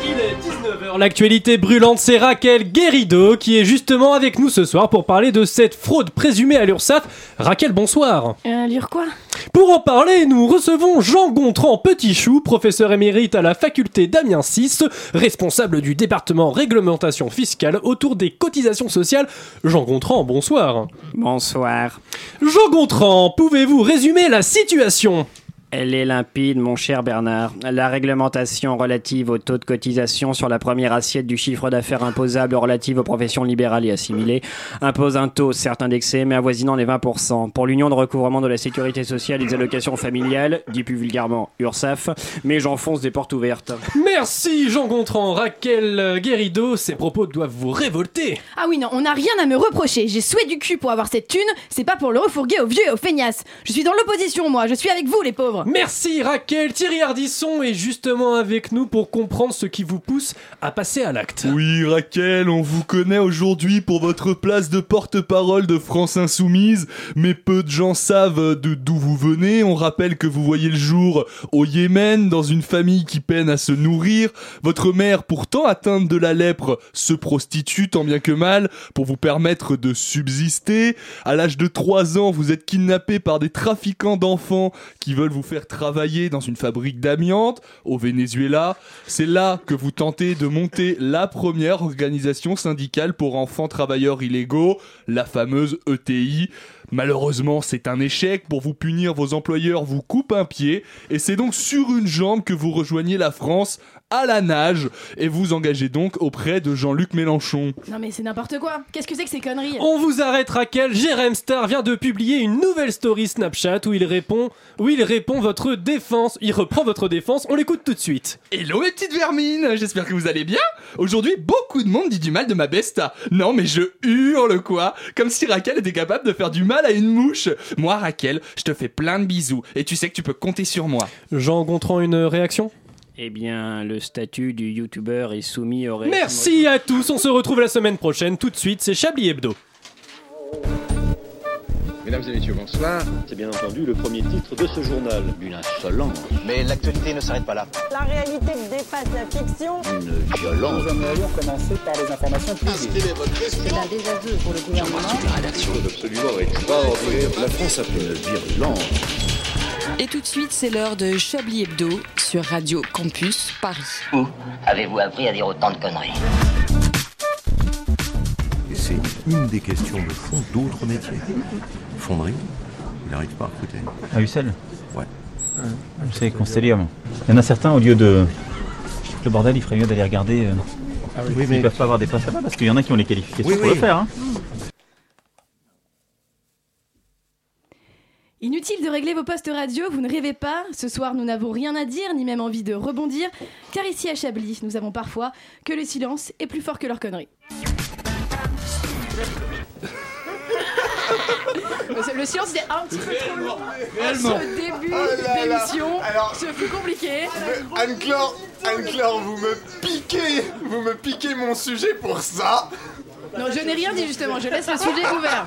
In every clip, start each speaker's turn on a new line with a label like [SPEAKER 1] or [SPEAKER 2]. [SPEAKER 1] 19h, L'actualité brûlante, c'est Raquel Guérido qui est justement avec nous ce soir pour parler de cette fraude présumée à l'URSSAF. Raquel, bonsoir.
[SPEAKER 2] Euh, lire quoi
[SPEAKER 1] Pour en parler, nous recevons Jean Gontran Petitchou, professeur émérite à la faculté d'Amiens 6, responsable du département réglementation fiscale autour des cotisations sociales. Jean Gontran, bonsoir.
[SPEAKER 3] Bonsoir.
[SPEAKER 1] Jean Gontran, pouvez-vous résumer la situation
[SPEAKER 3] Elle est limpide, mon cher Bernard. La réglementation relative au taux de cotisation sur la première assiette du chiffre d'affaires imposable relative aux professions libérales et assimilées impose un taux, certes indexé, mais avoisinant les 20%. Pour l'Union de recouvrement de la sécurité sociale et des allocations familiales, dit plus vulgairement URSAF, mais j'enfonce des portes ouvertes.
[SPEAKER 1] Merci Jean Gontran, Raquel Guérido, ces propos doivent vous révolter.
[SPEAKER 2] Ah oui, non, on n'a rien à me reprocher. J'ai souhait du cul pour avoir cette thune, c'est pas pour le refourguer aux vieux et aux feignasses. Je suis dans l'opposition, moi, je suis avec vous, les pauvres.
[SPEAKER 1] Merci Raquel, Thierry Ardisson est justement avec nous pour comprendre ce qui vous pousse à passer à l'acte.
[SPEAKER 4] Oui, Raquel, on vous connaît aujourd'hui pour votre place de porte-parole de France Insoumise, mais peu de gens savent de d'où vous venez. On rappelle que vous voyez le jour au Yémen, dans une famille qui peine à se nourrir. Votre mère, pourtant atteinte de la lèpre, se prostitue tant bien que mal pour vous permettre de subsister. À l'âge de 3 ans, vous êtes kidnappé par des trafiquants d'enfants qui veulent vous faire travailler dans une fabrique d'amiante au Venezuela. C'est là que vous tentez de monter la première organisation syndicale pour enfants travailleurs illégaux, la fameuse ETI. Malheureusement, c'est un échec. Pour vous punir, vos employeurs vous coupent un pied. Et c'est donc sur une jambe que vous rejoignez la France à la nage. Et vous engagez donc auprès de Jean-Luc Mélenchon.
[SPEAKER 2] Non, mais c'est n'importe quoi. Qu'est-ce que c'est que ces conneries
[SPEAKER 1] On vous arrête Raquel, Jérém Star vient de publier une nouvelle story Snapchat où il répond où il répond votre défense, il reprend votre défense, on l'écoute tout de suite.
[SPEAKER 4] Hello mes petites vermines, j'espère que vous allez bien. Aujourd'hui, beaucoup de monde dit du mal de ma besta. Non mais je hurle quoi, comme si Raquel était capable de faire du mal à une mouche. Moi Raquel, je te fais plein de bisous et tu sais que tu peux compter sur moi.
[SPEAKER 1] Jean Gontran, une réaction
[SPEAKER 3] Eh bien, le statut du youtubeur est soumis au régime-
[SPEAKER 1] Merci à tous, on se retrouve la semaine prochaine, tout de suite c'est Chablis Hebdo.
[SPEAKER 5] Mesdames et messieurs, bonsoir.
[SPEAKER 6] C'est bien entendu le premier titre de ce journal. Une insolence,
[SPEAKER 5] Mais l'actualité ne s'arrête pas là.
[SPEAKER 7] La réalité dépasse la fiction.
[SPEAKER 6] une violence.
[SPEAKER 7] C'est un désaveu pour le gouvernement.
[SPEAKER 6] La France a fait une virulence.
[SPEAKER 8] Et tout de suite, c'est l'heure de Chablis Hebdo sur Radio Campus Paris.
[SPEAKER 9] Où avez-vous appris à dire autant de conneries
[SPEAKER 10] C'est une des questions de fond d'autres métiers. Fonderie, il n'arrive pas à recruter.
[SPEAKER 11] À Ussel Ah,
[SPEAKER 10] Ouais.
[SPEAKER 11] C'est Constellium. Il y en a certains, au lieu de. Le bordel, il ferait mieux d'aller regarder. euh, s'ils peuvent pas avoir des places là-bas, parce qu'il y en a qui ont les qualifications
[SPEAKER 10] Oui,
[SPEAKER 11] pour
[SPEAKER 10] oui.
[SPEAKER 11] le faire. hein.
[SPEAKER 2] Inutile de régler vos postes radio, vous ne rêvez pas. Ce soir, nous n'avons rien à dire, ni même envie de rebondir, car ici à Chablis, nous avons parfois que le silence est plus fort que leurs conneries. Le- Le silence était un petit peu trop long. Ce début
[SPEAKER 12] Ah
[SPEAKER 2] d'émission, ce fut compliqué.
[SPEAKER 12] Anne-Claire, Anne-Claire, vous me piquez, vous me piquez mon sujet pour ça.
[SPEAKER 2] Non, je n'ai rien dit justement, je laisse le sujet ouvert.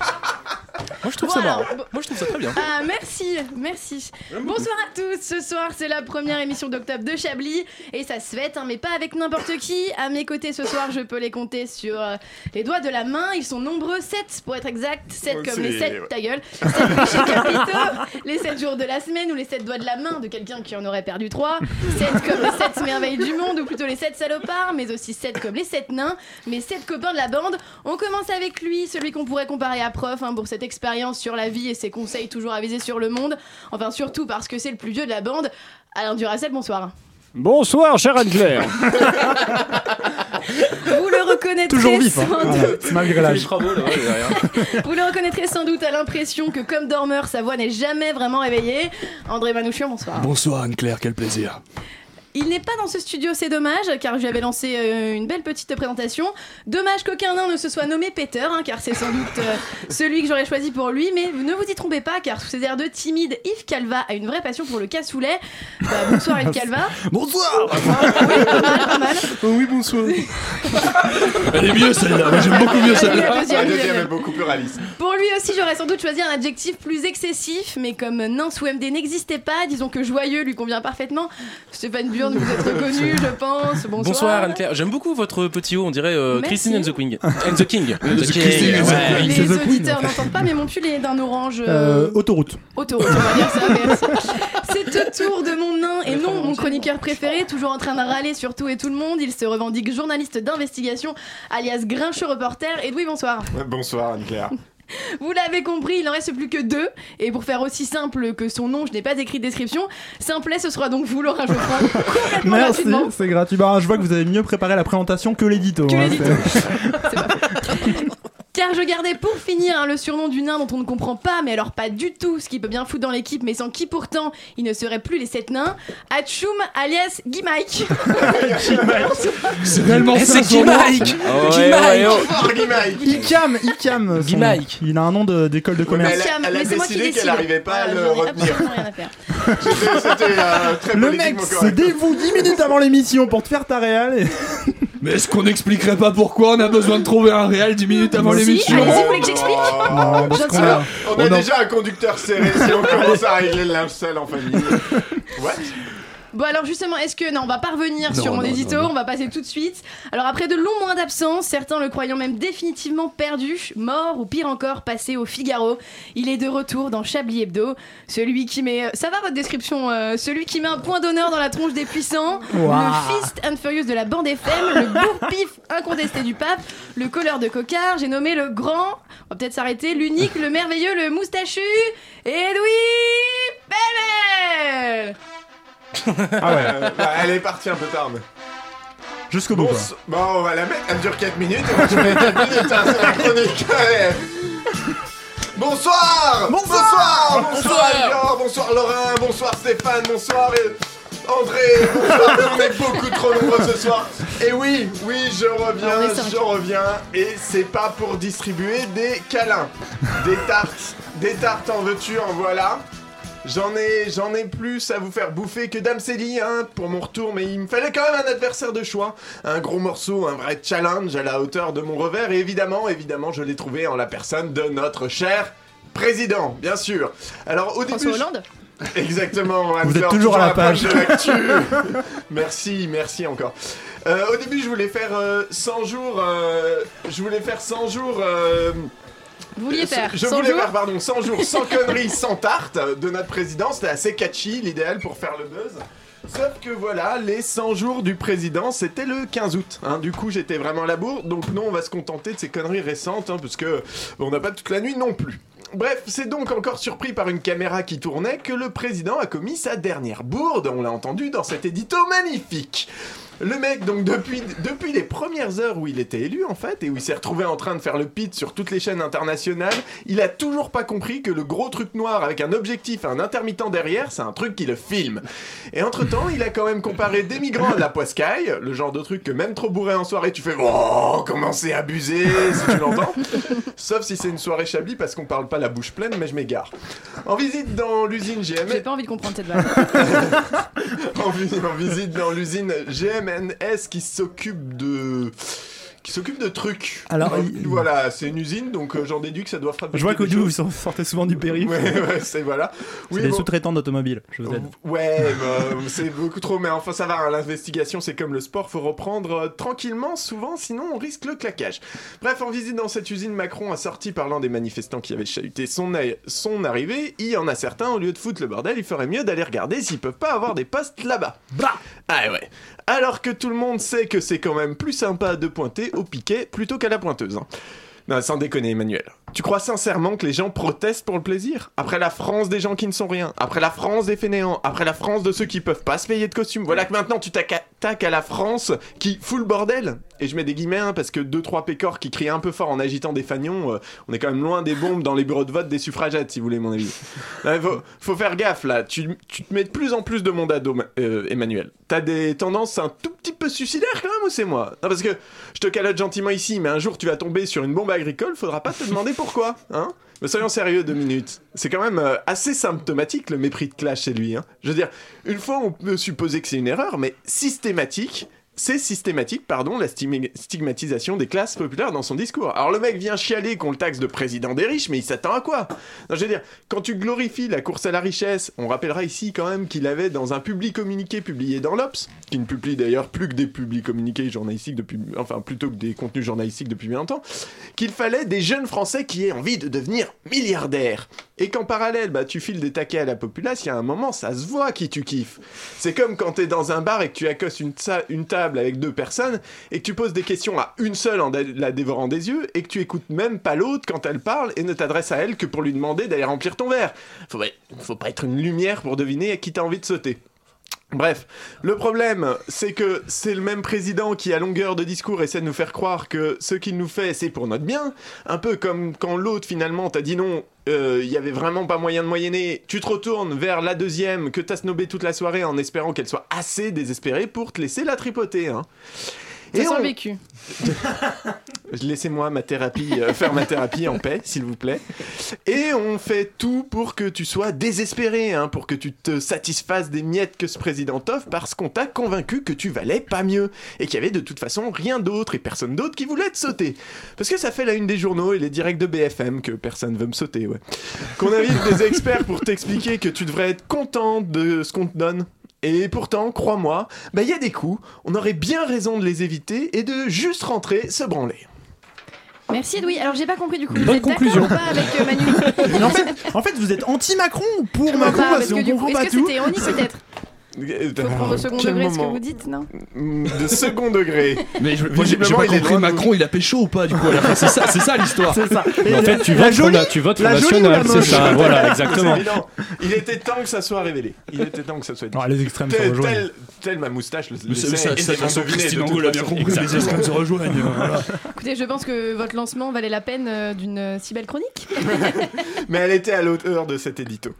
[SPEAKER 1] Moi je trouve
[SPEAKER 2] Voilà.
[SPEAKER 1] ça marrant. Moi je trouve ça très bien.
[SPEAKER 2] Ah, merci, merci. Bonsoir à tous. Ce soir, c'est la première émission d'octobre de Chablis. Et ça se fête, hein, mais pas avec n'importe qui. À mes côtés ce soir, je peux les compter sur euh, les doigts de la main. Ils sont nombreux, 7 pour être exact. 7
[SPEAKER 12] Ok,
[SPEAKER 2] comme les 7,
[SPEAKER 12] ouais.
[SPEAKER 2] ta gueule. 7 péchés capitaux, les 7 jours de la semaine ou les 7 doigts de la main de quelqu'un qui en aurait perdu 3. 7 comme les 7 merveilles du monde ou plutôt les 7 salopards, mais aussi 7 comme les 7 nains, mes 7 copains de la bande. On commence avec lui, celui qu'on pourrait comparer à prof hein, pour cette expérience sur la vie et ses conseils toujours avisés sur le monde. Enfin, surtout parce que c'est le plus vieux de la bande. Alain Duracel, bonsoir.
[SPEAKER 3] Bonsoir, chère Anne-Claire.
[SPEAKER 2] Vous le reconnaîtrez
[SPEAKER 13] Toujours vif, hein.
[SPEAKER 2] sans
[SPEAKER 13] Voilà,
[SPEAKER 2] doute.
[SPEAKER 13] malgré l'âge.
[SPEAKER 2] Vous le reconnaîtrez sans doute à l'impression que comme dormeur, sa voix n'est jamais vraiment réveillée. André Manouchian,
[SPEAKER 14] Ah.
[SPEAKER 2] bonsoir.
[SPEAKER 12] Bonsoir Anne-Claire, quel plaisir.
[SPEAKER 2] Il n'est pas dans ce studio, c'est dommage, car je lui avais lancé euh, une belle petite présentation. Dommage qu'aucun nain ne se soit nommé Peter, hein, car c'est sans doute euh, celui que j'aurais choisi pour lui, mais ne vous y trompez pas, car sous ses airs de timide, Yves Calva a une vraie passion pour le cassoulet. Bah, bonsoir Yves Calva.
[SPEAKER 12] Bonsoir.
[SPEAKER 2] Pas mal.
[SPEAKER 12] oui bonsoir. Elle est mieux celle-là, moi j'aime beaucoup mieux
[SPEAKER 2] Allez,
[SPEAKER 12] celle-là.
[SPEAKER 2] la deuxième, deuxième.
[SPEAKER 12] beaucoup plus réaliste.
[SPEAKER 2] Pour lui aussi, j'aurais sans doute choisi un adjectif plus excessif, mais comme Nance ou MD n'existait pas, disons que joyeux lui convient parfaitement. Stéphane Bureau nocturne, vous êtes reconnus, je pense. Bonsoir.
[SPEAKER 15] Bonsoir Anne-Claire. J'aime beaucoup votre petit haut, on dirait euh,
[SPEAKER 2] Merci.
[SPEAKER 15] Christine and the Queen. And the King.
[SPEAKER 2] The
[SPEAKER 15] The King,
[SPEAKER 2] Christine and the
[SPEAKER 15] ouais.
[SPEAKER 2] Les auditeurs n'entendent pas, mais mon pull est d'un orange. euh,
[SPEAKER 13] Euh, autoroute.
[SPEAKER 2] Autoroute, on va dire ça, merci. C'est au tour de mon nain, et non mon chroniqueur préféré, toujours en train de râler sur tout et tout le monde. Il se revendique journaliste d'investigation, alias grincheux reporter. Edoui, bonsoir.
[SPEAKER 12] Bonsoir Anne-Claire.
[SPEAKER 2] Vous l'avez compris, il n'en reste plus que deux. Et pour faire aussi simple que son nom, je n'ai pas écrit de description. Simplet, ce sera donc vous, Laura Geoffrin. Complètement
[SPEAKER 13] Merci,
[SPEAKER 2] gratuitement.
[SPEAKER 13] c'est gratuit. Bah, je vois que vous avez mieux préparé la présentation que l'édito. hein, c'est-
[SPEAKER 2] Car je gardais pour finir hein, le surnom du nain dont on ne comprend pas, mais alors pas du tout, ce qui peut bien foutre dans l'équipe, mais sans qui pourtant il ne serait plus les sept nains, Hachoum alias Guy Mike.
[SPEAKER 13] C'est tellement
[SPEAKER 15] Eh,
[SPEAKER 13] ça,
[SPEAKER 15] c'est
[SPEAKER 13] son
[SPEAKER 15] Guy
[SPEAKER 13] nom.
[SPEAKER 15] Mike
[SPEAKER 12] Ah
[SPEAKER 15] Oh, Guy ouais, Mike. ouais, oh.
[SPEAKER 12] Fort Guy Mike.
[SPEAKER 13] Icam, Icam. son-
[SPEAKER 12] Mike.
[SPEAKER 13] Il a un nom de- d'école de
[SPEAKER 12] Mais
[SPEAKER 13] commerce.
[SPEAKER 12] elle, a- elle a
[SPEAKER 2] c'est moi qui
[SPEAKER 12] décidé qu'elle
[SPEAKER 2] décide.
[SPEAKER 12] n'arrivait pas à le retenir. C'était c'était, euh, très
[SPEAKER 13] Le
[SPEAKER 12] politiquement
[SPEAKER 13] mec se
[SPEAKER 12] correct.
[SPEAKER 13] dévoue 10 minutes avant l'émission pour te faire ta réal. et-
[SPEAKER 14] Mais est-ce qu'on expliquerait pas pourquoi on a besoin de trouver un réel 10 minutes avant
[SPEAKER 2] Si,
[SPEAKER 14] l'émission Hein
[SPEAKER 2] allez-y, vous voulez que j'explique
[SPEAKER 13] Non, parce qu'on a-
[SPEAKER 12] Oh, On a
[SPEAKER 13] on a-
[SPEAKER 12] déjà un conducteur serré si on commence à régler le linge sale en famille. What
[SPEAKER 2] Bon alors justement, est-ce que non, on va pas revenir
[SPEAKER 12] Non,
[SPEAKER 2] sur mon
[SPEAKER 12] non,
[SPEAKER 2] édito,
[SPEAKER 12] non, non.
[SPEAKER 2] on va passer tout de suite. Alors après de longs mois d'absence, certains le croyant même définitivement perdu, mort ou pire encore passé au Figaro, il est de retour dans Chablis Hebdo, celui qui met euh, ça va votre description, euh, celui qui met un point d'honneur dans la tronche des puissants,
[SPEAKER 7] Ouah.
[SPEAKER 2] le fist and furious de la bande FM, le beau pif incontesté du pape, le colleur de cocard, j'ai nommé le grand, on va peut-être s'arrêter, l'unique, le merveilleux, le moustachu, Edoui Pellemel
[SPEAKER 12] Ah ouais. elle est partie un peu tard, mais.
[SPEAKER 13] Jusqu'au
[SPEAKER 12] bout. Bon, on va la mettre. Elle dure 4 minutes. On va se mettre 4 minutes, hein, c'est la chronique. Allez. Bonsoir
[SPEAKER 13] Bonsoir
[SPEAKER 12] Bonsoir Bonsoir Albion, bonsoir Laurent, bonsoir Stéphane, bonsoir euh, André, bonsoir, on est beaucoup trop nombreux ce soir. Et oui, oui, je
[SPEAKER 2] Ah
[SPEAKER 12] reviens, je reviens, et c'est pas pour distribuer des câlins, des tartes, des tartes en veux-tu, en voilà. J'en ai, j'en ai plus à vous faire bouffer que Dame Célie, hein, pour mon retour, mais il me fallait quand même un adversaire de choix. Un gros morceau, un vrai challenge à la hauteur de mon revers, et évidemment, évidemment, je l'ai trouvé en la personne de notre cher président, bien sûr. Alors, au
[SPEAKER 2] François
[SPEAKER 12] début. je-
[SPEAKER 2] Hollande
[SPEAKER 12] Exactement, Anne
[SPEAKER 13] êtes
[SPEAKER 12] Fleur,
[SPEAKER 13] toujours à la page.
[SPEAKER 12] de l'actu. merci, merci encore. Euh, au début, je voulais faire euh, 100 jours. euh, je voulais faire 100 jours. euh,
[SPEAKER 2] Vous vouliez
[SPEAKER 12] euh,
[SPEAKER 2] faire
[SPEAKER 12] Je
[SPEAKER 2] 100
[SPEAKER 12] voulais
[SPEAKER 2] jours
[SPEAKER 12] faire, pardon, 100 jours, 100 conneries, 100 tartes euh, de notre président. C'était assez catchy, l'idéal pour faire le buzz. Sauf que voilà, les 100 jours du président, c'était le 15 août. hein. Du coup, j'étais vraiment à la bourre. Donc non, on va se contenter de ces conneries récentes, hein, parce que on n'a pas toute la nuit non plus. Bref, c'est donc encore surpris par une caméra qui tournait que le président a commis sa dernière bourde, on l'a entendu dans cet édito magnifique. Le mec, donc depuis, depuis les premières heures où il était élu en fait, et où il s'est retrouvé en train de faire le pit sur toutes les chaînes internationales, il a toujours pas compris que le gros truc noir avec un objectif et un intermittent derrière, c'est un truc qui le filme. Et entre temps, il a quand même comparé des migrants à de la poiscaille, le genre de truc que même trop bourré en soirée, tu fais Oh, comment c'est abusé, si tu l'entends. Sauf si c'est une soirée chablis parce qu'on parle pas la bouche pleine, mais je m'égare. En visite dans l'usine GM.
[SPEAKER 2] J'ai pas envie de comprendre cette blague.
[SPEAKER 12] en, vi- en visite dans l'usine GMNS qui s'occupe de qui s'occupe de trucs.
[SPEAKER 13] Alors,
[SPEAKER 12] Donc,
[SPEAKER 13] il-
[SPEAKER 12] voilà, c'est une usine, donc euh, j'en déduis que ça doit frapper.
[SPEAKER 13] Je vois que
[SPEAKER 12] du
[SPEAKER 13] vous vous sortez souvent du périph'.
[SPEAKER 12] Ouais, ouais, c'est voilà.
[SPEAKER 13] C'est
[SPEAKER 12] Oui,
[SPEAKER 13] des
[SPEAKER 12] bon.
[SPEAKER 13] sous-traitants d'automobile, je vous aide.
[SPEAKER 12] Ouais, bah, c'est beaucoup trop, mais enfin ça va, hein, l'investigation c'est comme le sport, faut reprendre euh, tranquillement, souvent, sinon on risque le claquage. Bref, en visite dans cette usine, Macron a sorti parlant des manifestants qui avaient chahuté son, aïe- son arrivée, il y en a certains, au lieu de foutre le bordel, il ferait mieux d'aller regarder s'ils peuvent pas avoir des postes là-bas. Ah ouais. Alors que tout le monde sait que c'est quand même plus sympa de pointer au piquet plutôt qu'à la pointeuse. hein. Non, sans déconner, Emmanuel. Tu crois sincèrement que les gens protestent pour le plaisir Après la France des gens qui ne sont rien, après la France des fainéants, après la France de ceux qui peuvent pas se payer de costume, voilà que maintenant tu t'attaques à la France qui fout le bordel Et je mets des guillemets hein, parce que deux trois pécores qui crient un peu fort en agitant des fagnons, euh, on est quand même loin des bombes dans les bureaux de vote des suffragettes, si vous voulez mon avis. Non, mais faut, faut faire gaffe là, tu, tu te mets de plus en plus de monde à dos, Ma- euh, Emmanuel. T'as des tendances un tout petit peu suicidaires quand même, ou c'est moi Non, parce que je te calote gentiment ici, mais un jour tu vas tomber sur une bombe agricole, faudra pas te demander pourquoi, hein mais soyons sérieux deux minutes. C'est quand même euh, assez symptomatique le mépris de clash chez lui. Hein. Je veux dire, une fois on peut supposer que c'est une erreur, mais systématique, c'est systématique, pardon, la stigmi- stigmatisation des classes populaires dans son discours. Alors le mec vient chialer qu'on le taxe de président des riches, mais il s'attend à quoi Non, je veux dire, quand tu glorifies la course à la richesse, on rappellera ici quand même qu'il avait dans un public communiqué publié dans l'Obs, qui ne publie d'ailleurs plus que des publics communiqués journalistiques depuis, enfin plutôt que des contenus journalistiques depuis bien longtemps, qu'il fallait des jeunes Français qui aient envie de devenir milliardaires. Et qu'en parallèle, bah, tu files des taquets à la populace, il y a un moment, ça se voit qui tu kiffes. C'est comme quand t'es dans un bar et que tu accostes une, ta- une table avec deux personnes et que tu poses des questions à une seule en dé- la dévorant des yeux et que tu écoutes même pas l'autre quand elle parle et ne t'adresses à elle que pour lui demander d'aller remplir ton verre. Faut, pas- faut pas être une lumière pour deviner à qui t'as envie de sauter. Bref, le problème, c'est que c'est le même président qui, à longueur de discours, essaie de nous faire croire que ce qu'il nous fait, c'est pour notre bien. Un peu comme quand l'autre, finalement, t'a dit non, euh, il y avait vraiment pas moyen de moyenner. Tu te retournes vers la deuxième que t'as snobée toute la soirée en espérant qu'elle soit assez désespérée pour te laisser la tripoter. Hein.
[SPEAKER 2] Ça sent
[SPEAKER 12] on-
[SPEAKER 2] le vécu.
[SPEAKER 12] Laissez-moi ma thérapie, euh, faire ma thérapie en paix, s'il vous plaît. Et on fait tout pour que tu sois désespéré, hein, pour que tu te satisfasses des miettes que ce président t'offre, parce qu'on t'a convaincu que tu valais pas mieux, et qu'il y avait de toute façon rien d'autre et personne d'autre qui voulait te sauter. Parce que ça fait la une des journaux et les directs de BFM que personne veut me sauter, ouais. Qu'on invite des experts pour t'expliquer que tu devrais être content de ce qu'on te donne. Et pourtant, crois-moi, bah il y a des coups, on aurait bien raison de les éviter et de juste rentrer se branler.
[SPEAKER 2] Merci Edoui. Alors j'ai pas compris du coup.
[SPEAKER 12] Bonne conclusion.
[SPEAKER 13] Mais en, fait, en fait, vous êtes anti-Macron ou pour
[SPEAKER 2] Bah,
[SPEAKER 13] Macron
[SPEAKER 2] parce
[SPEAKER 13] parce
[SPEAKER 2] que
[SPEAKER 13] qu'on
[SPEAKER 2] du coup, est-ce
[SPEAKER 13] comprend pas
[SPEAKER 2] que
[SPEAKER 13] tout.
[SPEAKER 2] c'était ironique peut-être
[SPEAKER 12] Euh,
[SPEAKER 2] Faut prendre au second degré ce que vous dites, non
[SPEAKER 12] Mm, De second degré.
[SPEAKER 14] Mais je,
[SPEAKER 12] Visiblement,
[SPEAKER 14] j'ai j'ai pas
[SPEAKER 12] il est
[SPEAKER 14] compris,
[SPEAKER 12] loin de
[SPEAKER 14] Macron, il a pécho ou pas, du coup, à la fin C'est ça, c'est ça l'histoire.
[SPEAKER 13] C'est ça.
[SPEAKER 1] Mais en fait, tu
[SPEAKER 14] vas
[SPEAKER 1] votes, pour la- tu votes pour National, c'est ça, voilà, exactement.
[SPEAKER 12] C'est évident. Il était temps que ça soit révélé. Il était temps que ça soit dit.
[SPEAKER 13] Ah, les extrêmes se
[SPEAKER 12] Tel-
[SPEAKER 13] rejoignent.
[SPEAKER 12] Tel, tel ma moustache le
[SPEAKER 14] Mais ça- ça-
[SPEAKER 12] et
[SPEAKER 14] ça,
[SPEAKER 12] c'est
[SPEAKER 14] de toute façon,
[SPEAKER 12] deviné,
[SPEAKER 14] Christine
[SPEAKER 12] de toute
[SPEAKER 14] Angot l'a bien
[SPEAKER 12] façon.
[SPEAKER 14] compris, les
[SPEAKER 12] Exactement.
[SPEAKER 14] extrêmes se rejoignent, voilà.
[SPEAKER 2] Écoutez, je pense que votre lancement valait la peine euh, d'une euh, si belle chronique.
[SPEAKER 12] Mais elle était à l'auteur de cet édito.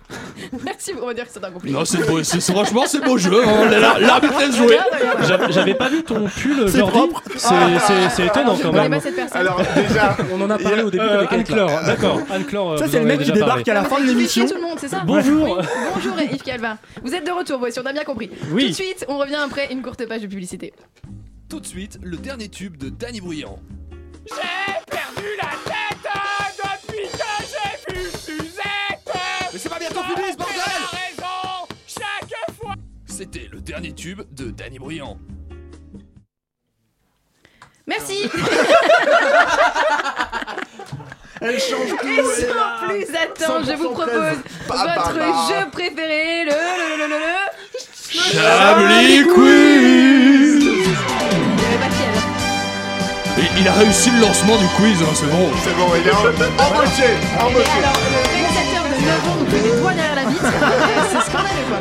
[SPEAKER 2] Merci, on va dire que c'est un compliment.
[SPEAKER 14] Non, c'est beau, c'est- c'est- franchement, c'est beau jeu. hein. Là, là, mais laisse jouer.
[SPEAKER 1] J'a- J'avais pas vu ton pull,
[SPEAKER 14] C'est
[SPEAKER 1] Jordi.
[SPEAKER 14] propre.
[SPEAKER 1] C'est-
[SPEAKER 2] Ah.
[SPEAKER 1] C'est c'est étonnant quand même.
[SPEAKER 12] Alors déjà,
[SPEAKER 1] on en a parlé au début de la Anne-Claire, d'accord. Anne-Claire, euh,
[SPEAKER 13] Ça, c'est le mec qui débarque à la fin de l'émission.
[SPEAKER 2] Tout le monde, c'est ça
[SPEAKER 1] Bonjour.
[SPEAKER 2] Oui, Bonjour Yves Calva. Vous êtes de retour, voici, on a bien compris.
[SPEAKER 1] Oui.
[SPEAKER 2] Tout de suite, on revient après une courte page de publicité.
[SPEAKER 16] Tout de suite, le dernier tube de Danny Bruyant.
[SPEAKER 17] J'ai perdu la tête euh, depuis que j'ai vu Suzette
[SPEAKER 16] Mais c'est pas bientôt fini, ce bordel
[SPEAKER 17] Elle a raison chaque fois
[SPEAKER 16] C'était le dernier tube de Danny Bruyant.
[SPEAKER 2] Merci
[SPEAKER 12] Elle change tout,
[SPEAKER 2] Et
[SPEAKER 12] elle est là.
[SPEAKER 2] sans plus attendre, je vous
[SPEAKER 12] 100%
[SPEAKER 2] propose
[SPEAKER 12] thèse. Ba, ba,
[SPEAKER 2] votre
[SPEAKER 12] ba.
[SPEAKER 2] jeu préféré, le... le, le, le, le, le... Ah,
[SPEAKER 14] Chablis Quiz
[SPEAKER 13] Ah.
[SPEAKER 14] Et Il a réussi le lancement du quiz, hein, c'est bon.
[SPEAKER 12] C'est bon, il est en- embauché,
[SPEAKER 15] Ah, bah,
[SPEAKER 2] Et
[SPEAKER 12] embauché.
[SPEAKER 2] alors, le réalisateur de 9 ans, on met les doigts derrière la vitre, c'est scandaleux quoi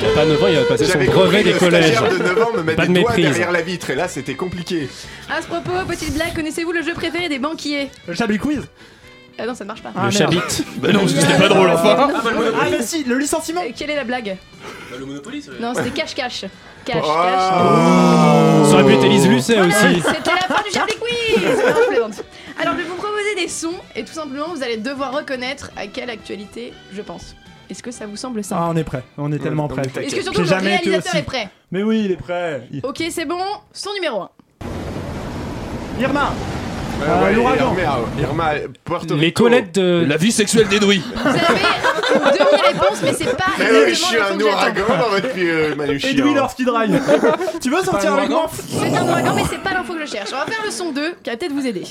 [SPEAKER 1] Il a pas 9 ans, il va passer son
[SPEAKER 12] J'avais
[SPEAKER 1] brevet
[SPEAKER 12] compris
[SPEAKER 1] des
[SPEAKER 12] que le stagiaire
[SPEAKER 1] collèges.
[SPEAKER 12] de 9 ans me met
[SPEAKER 1] Pas de
[SPEAKER 12] des doigts
[SPEAKER 1] méprise.
[SPEAKER 12] derrière la vitre et là c'était compliqué.
[SPEAKER 2] À ce propos, petite blague, connaissez-vous le jeu préféré des banquiers
[SPEAKER 13] Le Chablis Quiz
[SPEAKER 2] Ah non, ça ne marche pas.
[SPEAKER 13] Ah, merde.
[SPEAKER 14] Bah non, parce que c'était pas drôle, enfin.
[SPEAKER 15] bah,
[SPEAKER 17] bah,
[SPEAKER 13] Ah, mais si, le licenciement
[SPEAKER 2] Euh, Quelle est la blague
[SPEAKER 15] Le Monopoly, ça
[SPEAKER 2] Non, c'était cache-cache. Cache,
[SPEAKER 1] Ça aurait pu être Élise Lucet
[SPEAKER 2] Voilà,
[SPEAKER 1] aussi.
[SPEAKER 2] C'était la fin du Charlie Quiz Non, je plaisante. Alors, je vais vous proposer des sons et tout simplement, vous allez devoir reconnaître à quelle actualité je pense. Est-ce que ça vous semble
[SPEAKER 13] Ah,
[SPEAKER 2] simple
[SPEAKER 13] on est prêt, on est tellement prêt.
[SPEAKER 2] Est-ce
[SPEAKER 13] J'ai
[SPEAKER 2] que surtout le
[SPEAKER 13] jamais été
[SPEAKER 2] réalisateur
[SPEAKER 13] aussi-
[SPEAKER 2] est prêt
[SPEAKER 13] Mais oui, il est prêt. Il-
[SPEAKER 2] Ok, c'est bon, son numéro 1.
[SPEAKER 13] Irma
[SPEAKER 12] Ah, ouais,
[SPEAKER 13] l'ouragan.
[SPEAKER 12] Irma, Irma, Puerto
[SPEAKER 1] Les
[SPEAKER 12] Rico.
[SPEAKER 1] toilettes de. Ah,
[SPEAKER 14] La vie sexuelle d'Edoui.
[SPEAKER 2] Ah, Demi-réponse, mais c'est pas
[SPEAKER 12] Mais oui, je suis
[SPEAKER 2] exactement
[SPEAKER 12] un
[SPEAKER 2] le son que j'attends.
[SPEAKER 12] ouragan dans votre pieu, euh, Manu
[SPEAKER 13] Et lui, lorsqu'il drive. tu veux sortir avec moi
[SPEAKER 2] C'est un ouragan, mais c'est pas l'info que je cherche. On va faire le son 2 qui va peut-être vous aider.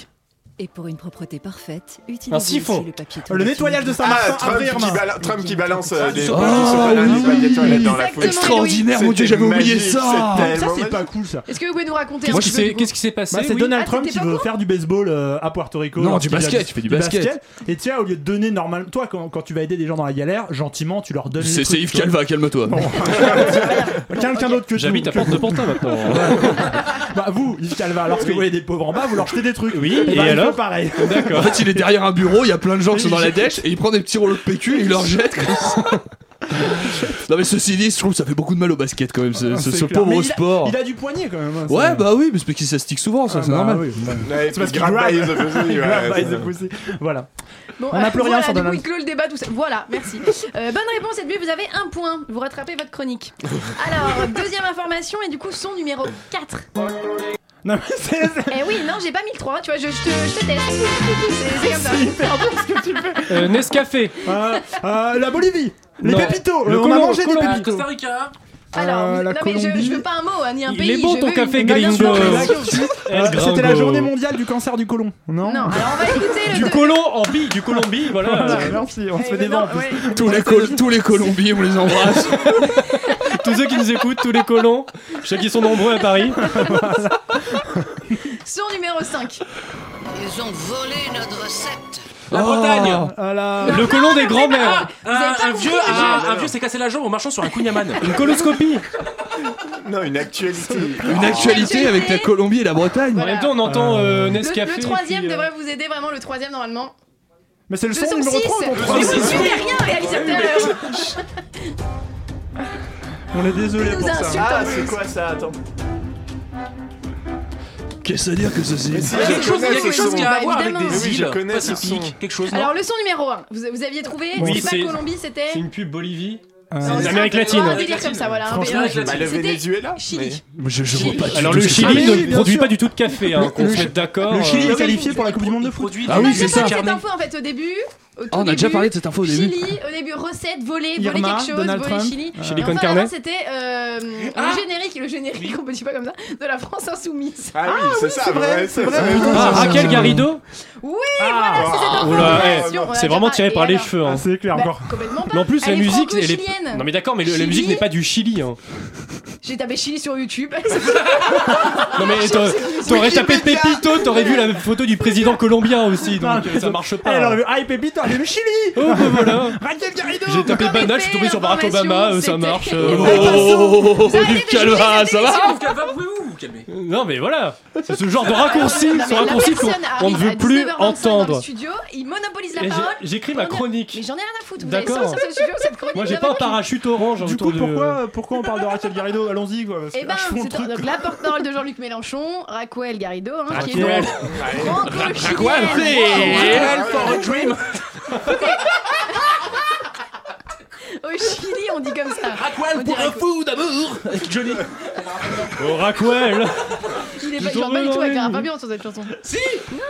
[SPEAKER 18] Et pour une propreté parfaite, utilisez
[SPEAKER 13] Un siphon.
[SPEAKER 18] aussi le papier
[SPEAKER 13] Le nettoyage de
[SPEAKER 12] Ah,
[SPEAKER 13] Saint-Martin
[SPEAKER 12] Trump
[SPEAKER 13] après
[SPEAKER 12] qui,
[SPEAKER 13] Irma.
[SPEAKER 12] bala- Trump qui balance euh, des
[SPEAKER 13] du
[SPEAKER 12] petits
[SPEAKER 13] sopalin.
[SPEAKER 12] sopalins,
[SPEAKER 13] Ah,
[SPEAKER 12] des paillettes
[SPEAKER 13] oui.
[SPEAKER 12] toilettes dans la foule.
[SPEAKER 13] Extraordinaire, mon dieu,
[SPEAKER 12] C'était
[SPEAKER 13] j'avais oublié
[SPEAKER 12] magique,
[SPEAKER 13] ça.
[SPEAKER 12] c'était
[SPEAKER 13] Ça,
[SPEAKER 12] tellement
[SPEAKER 13] c'est pas
[SPEAKER 12] magique.
[SPEAKER 13] cool ça.
[SPEAKER 2] Est-ce que vous pouvez nous raconter un
[SPEAKER 1] Moi,
[SPEAKER 2] petit
[SPEAKER 1] je sais-
[SPEAKER 2] peu
[SPEAKER 1] qu'est-ce qui s'est passé
[SPEAKER 13] Bah, c'est
[SPEAKER 1] Oui.
[SPEAKER 13] Donald
[SPEAKER 1] Ah,
[SPEAKER 13] Trump
[SPEAKER 1] t'étais
[SPEAKER 13] qui
[SPEAKER 1] pas
[SPEAKER 13] veut
[SPEAKER 1] au
[SPEAKER 13] faire du baseball euh, à Puerto Rico.
[SPEAKER 14] Non,
[SPEAKER 13] Alors,
[SPEAKER 14] du
[SPEAKER 13] qu'il a
[SPEAKER 14] basket, tu fais du basket.
[SPEAKER 13] Et tu vois, au lieu de donner normalement, toi quand, quand tu vas aider des gens dans la galère, gentiment tu leur donnes. les
[SPEAKER 14] C'est c'est
[SPEAKER 13] trucs,
[SPEAKER 14] Yves
[SPEAKER 13] tu
[SPEAKER 14] Calva,
[SPEAKER 13] vois.
[SPEAKER 14] calme-toi.
[SPEAKER 13] Quelqu'un d'autre que tu.
[SPEAKER 1] J'habite à Porte de Pantin maintenant.
[SPEAKER 13] Bah vous, Yves Calva, lorsque vous voyez des pauvres en bas, vous leur jetez des trucs.
[SPEAKER 1] Oui,
[SPEAKER 13] bah,
[SPEAKER 1] et
[SPEAKER 13] il fait
[SPEAKER 1] alors
[SPEAKER 13] pareil.
[SPEAKER 14] En fait, il est derrière un bureau, il y a plein de gens qui sont dans la dèche et il prend des petits rouleaux de PQ et il leur jette. comme ça. Non mais ceci dit, je trouve que ça fait beaucoup de mal au basket quand même, ce, ce-
[SPEAKER 13] Ah, C'est
[SPEAKER 14] ce
[SPEAKER 13] clair.
[SPEAKER 14] pauvre
[SPEAKER 13] Mais il a-
[SPEAKER 14] sport.
[SPEAKER 13] Il a, du poignet quand même. hein, ça.
[SPEAKER 14] Ouais, bah oui, mais c'est parce que ça stick souvent, ça,
[SPEAKER 13] Ah,
[SPEAKER 14] c'est
[SPEAKER 13] bah
[SPEAKER 14] normal.
[SPEAKER 13] oui,
[SPEAKER 12] Ouais,
[SPEAKER 13] C'est parce qu'il
[SPEAKER 12] grab
[SPEAKER 13] grab-
[SPEAKER 12] by the pussy,
[SPEAKER 13] il grab
[SPEAKER 12] ouais,
[SPEAKER 13] by
[SPEAKER 12] c'est
[SPEAKER 13] the
[SPEAKER 12] ça.
[SPEAKER 13] pussy. Voilà.
[SPEAKER 2] Bon, euh,
[SPEAKER 13] On n'a plus rien
[SPEAKER 2] voilà,
[SPEAKER 13] sur
[SPEAKER 2] du coup,
[SPEAKER 13] Donald.
[SPEAKER 2] il clôt le débat, tout ça. Voilà, merci. Euh, bonne réponse, et vous avez un point. Vous rattrapez votre chronique. Alors, deuxième information, et du coup, son numéro 4.
[SPEAKER 13] Non, mais c'est
[SPEAKER 2] Eh oui, non, j'ai pas mis le 3, tu vois, je, je te, je te teste. C'est- C'est comme ça.
[SPEAKER 1] Euh, Nescafé.
[SPEAKER 13] Ah, la Bolivie. Les
[SPEAKER 1] Non.
[SPEAKER 13] pépitos.
[SPEAKER 1] Le Ah,
[SPEAKER 13] on
[SPEAKER 1] Colombe,
[SPEAKER 13] a mangé des
[SPEAKER 1] Colombe.
[SPEAKER 13] pépitos.
[SPEAKER 15] Rica
[SPEAKER 2] Alors,
[SPEAKER 13] Euh,
[SPEAKER 2] vous-
[SPEAKER 13] la
[SPEAKER 2] non, mais je,
[SPEAKER 13] Colombie.
[SPEAKER 2] je veux pas un mot, hein, ni un
[SPEAKER 1] Il
[SPEAKER 2] pays.
[SPEAKER 1] est bon
[SPEAKER 2] je
[SPEAKER 1] ton
[SPEAKER 2] veux
[SPEAKER 1] café, Ah,
[SPEAKER 2] une-
[SPEAKER 1] gringo. El
[SPEAKER 13] Eh, C'était la
[SPEAKER 1] gringo.
[SPEAKER 13] journée mondiale du cancer du côlon.
[SPEAKER 2] Non,
[SPEAKER 13] Non.
[SPEAKER 2] alors on va écouter le.
[SPEAKER 1] Du
[SPEAKER 2] deux-
[SPEAKER 1] colon en bille, du Colombie, voilà.
[SPEAKER 13] Voilà, Merci. On se fait des dents. en plus.
[SPEAKER 14] Tous les, Col- tous les Colombiers, on les embrasse.
[SPEAKER 1] tous ceux qui nous écoutent, tous les colons, je sais qu'ils sont nombreux à Paris.
[SPEAKER 2] Son numéro 5.
[SPEAKER 19] Ils ont volé notre recette.
[SPEAKER 15] La Bretagne.
[SPEAKER 1] Oh, ah
[SPEAKER 2] Ah.
[SPEAKER 1] Le colon des grands-mères.
[SPEAKER 15] Un, un vieux, un, un vieux s'est cassé la jambe en marchant sur un kunyaman.
[SPEAKER 1] Une coloscopie.
[SPEAKER 12] Non, une actualité.
[SPEAKER 14] Une actualité
[SPEAKER 15] Ah,
[SPEAKER 14] avec la Colombie et la Bretagne.
[SPEAKER 1] En même temps, on entend euh, Nescafé.
[SPEAKER 2] Le, le troisième devrait vous aider, vraiment, le troisième normalement.
[SPEAKER 13] Mais c'est le
[SPEAKER 2] son
[SPEAKER 13] son numéro 3
[SPEAKER 2] six. Mais vous suivez rien, réalisateur
[SPEAKER 13] On est désolé
[SPEAKER 2] Nous
[SPEAKER 13] pour
[SPEAKER 2] insultons.
[SPEAKER 13] ça.
[SPEAKER 12] Ah, c'est quoi ça Attends.
[SPEAKER 14] Qu'est-ce à dire que ceci
[SPEAKER 12] si,
[SPEAKER 15] Il y a quelque chose, il y a quelque chose qui a à
[SPEAKER 2] Bah,
[SPEAKER 15] voir avec
[SPEAKER 2] évidemment.
[SPEAKER 15] des
[SPEAKER 2] Oui,
[SPEAKER 12] je
[SPEAKER 15] îles
[SPEAKER 12] connais ce son.
[SPEAKER 15] pacifiques, quelque chose. non
[SPEAKER 2] Alors, le son numéro 1, vous, vous aviez trouvé
[SPEAKER 1] Oui,
[SPEAKER 2] C'était pas
[SPEAKER 1] c'est-
[SPEAKER 2] Colombie, c'était.
[SPEAKER 1] C'est une pub Bolivie.
[SPEAKER 2] Non,
[SPEAKER 1] C'est
[SPEAKER 2] c'est
[SPEAKER 1] l'Amérique
[SPEAKER 2] un peu-
[SPEAKER 1] latine.
[SPEAKER 2] un délire comme ça, voilà. un
[SPEAKER 1] Franchement,
[SPEAKER 2] peu-
[SPEAKER 1] Ah, je la-
[SPEAKER 12] Bah, le
[SPEAKER 2] C'était-
[SPEAKER 12] Venezuela
[SPEAKER 2] Chili.
[SPEAKER 14] Je, je vois pas du
[SPEAKER 1] Alors
[SPEAKER 14] tout
[SPEAKER 1] le
[SPEAKER 14] ce que
[SPEAKER 1] Chili
[SPEAKER 13] Ah, mais oui,
[SPEAKER 1] ne
[SPEAKER 13] bien
[SPEAKER 1] produit
[SPEAKER 13] sûr.
[SPEAKER 1] pas du tout de café, hein, qu'on
[SPEAKER 13] le
[SPEAKER 1] se
[SPEAKER 13] Chi-
[SPEAKER 1] mette d'accord.
[SPEAKER 13] Le Chili
[SPEAKER 1] Euh,
[SPEAKER 13] est qualifié pour la Coupe du Monde de foot.
[SPEAKER 15] Produit
[SPEAKER 14] Ah oui,
[SPEAKER 15] de-
[SPEAKER 14] c'est
[SPEAKER 2] Bah, Je
[SPEAKER 14] ça.
[SPEAKER 2] parle de cette
[SPEAKER 15] Carnet.
[SPEAKER 2] info en fait au début. Au tout
[SPEAKER 14] Ah, on a déjà
[SPEAKER 2] début,
[SPEAKER 14] parlé de cette info au début.
[SPEAKER 2] Chili, au début, recette, voler, voler
[SPEAKER 13] Irma,
[SPEAKER 2] quelque chose,
[SPEAKER 13] Donald
[SPEAKER 2] voler
[SPEAKER 13] Trump.
[SPEAKER 2] Chili.
[SPEAKER 1] Chili
[SPEAKER 2] Et
[SPEAKER 1] con
[SPEAKER 2] enfin,
[SPEAKER 1] carne.
[SPEAKER 2] là, c'était euh,
[SPEAKER 15] Ah.
[SPEAKER 2] le générique, le générique, on peut dire pas comme ça, de la France insoumise.
[SPEAKER 12] Ah oui, c'est ça,
[SPEAKER 13] vrai,
[SPEAKER 12] ouais,
[SPEAKER 13] c'est vrai.
[SPEAKER 1] Ah, Raquel Garrido
[SPEAKER 2] Oui,
[SPEAKER 1] Ah,
[SPEAKER 2] voilà, c'est cette info.
[SPEAKER 1] oula, eh,
[SPEAKER 2] Attention, on a
[SPEAKER 1] C'est
[SPEAKER 2] déjà
[SPEAKER 1] vraiment
[SPEAKER 2] pas-
[SPEAKER 1] tiré
[SPEAKER 2] et
[SPEAKER 1] par les
[SPEAKER 2] alors
[SPEAKER 1] cheveux. hein.
[SPEAKER 13] Ah, c'est clair
[SPEAKER 2] Bah,
[SPEAKER 13] encore.
[SPEAKER 2] complètement pas.
[SPEAKER 1] Mais en plus, la
[SPEAKER 2] Elle est
[SPEAKER 1] musique. elle est-
[SPEAKER 2] franco-chilienne.
[SPEAKER 1] Non, mais d'accord, mais le- la
[SPEAKER 2] Chili.
[SPEAKER 1] musique n'est pas du Chili. hein.
[SPEAKER 2] J'ai tapé Chili sur YouTube.
[SPEAKER 1] Non, mais t'a- t'aurais tapé Pépito, t'aurais vu la photo du président colombien aussi, donc
[SPEAKER 13] Non,
[SPEAKER 1] euh, ça marche
[SPEAKER 13] Elle
[SPEAKER 1] pas.
[SPEAKER 13] aurait vu Eh, Hype Pépito, elle est le Chili
[SPEAKER 1] Oh, bah voilà.
[SPEAKER 13] Raquel Garrido
[SPEAKER 1] J'ai tapé
[SPEAKER 2] Comme
[SPEAKER 1] banane,
[SPEAKER 2] effet,
[SPEAKER 1] je suis tombé sur Barack
[SPEAKER 2] l'information,
[SPEAKER 1] Obama, euh, ça
[SPEAKER 2] c'était-
[SPEAKER 1] marche.
[SPEAKER 14] Oh,
[SPEAKER 1] euh,
[SPEAKER 14] oh, oh, oh, du calva, ça va
[SPEAKER 15] Ah, vous calmez- vous pouvez vous calmer.
[SPEAKER 1] Non, mais voilà, c'est ce genre de raccourci,
[SPEAKER 2] Non,
[SPEAKER 1] ce
[SPEAKER 2] mais la
[SPEAKER 1] raccourci qu'on
[SPEAKER 2] personne
[SPEAKER 1] on ne
[SPEAKER 2] arrive à
[SPEAKER 1] veut plus
[SPEAKER 2] 19h25 Dans le
[SPEAKER 1] entendre.
[SPEAKER 2] studio, il monopolise
[SPEAKER 1] Et
[SPEAKER 2] la
[SPEAKER 1] j'ai-
[SPEAKER 2] parole.
[SPEAKER 1] J'écris ma
[SPEAKER 2] On a- Mais
[SPEAKER 1] chronique.
[SPEAKER 2] j'en ai rien à foutre. Vous
[SPEAKER 1] D'accord.
[SPEAKER 2] avez sorti ce studio, cette chronique.
[SPEAKER 1] Moi,
[SPEAKER 2] vous
[SPEAKER 1] j'ai
[SPEAKER 2] avez
[SPEAKER 1] pas un
[SPEAKER 2] rien.
[SPEAKER 1] parachute orange
[SPEAKER 13] Du
[SPEAKER 1] autour
[SPEAKER 13] coup,
[SPEAKER 1] de.
[SPEAKER 13] pourquoi, pourquoi on parle de Raquel Garrido Allons-y quoi. parce que
[SPEAKER 2] Eh ben,
[SPEAKER 13] là, je fais mon
[SPEAKER 2] c'est
[SPEAKER 13] truc.
[SPEAKER 2] donc la porte-parole de Jean-Luc Mélenchon, Raquel Garrido, hein, qui est
[SPEAKER 13] Raquel.
[SPEAKER 2] donc franco-chilienne.
[SPEAKER 15] Hell for a dream.
[SPEAKER 2] Au Chili, on dit comme ça.
[SPEAKER 15] Aqual pour un fou d'amour. Avec Johnny.
[SPEAKER 1] Oh, Raquel
[SPEAKER 2] Il est
[SPEAKER 1] Je
[SPEAKER 2] pas, il chante
[SPEAKER 1] t'en
[SPEAKER 2] pas
[SPEAKER 1] veux
[SPEAKER 2] du tout avec
[SPEAKER 1] l'oreille.
[SPEAKER 2] Lara Fabian sur cette chanson.
[SPEAKER 15] Si.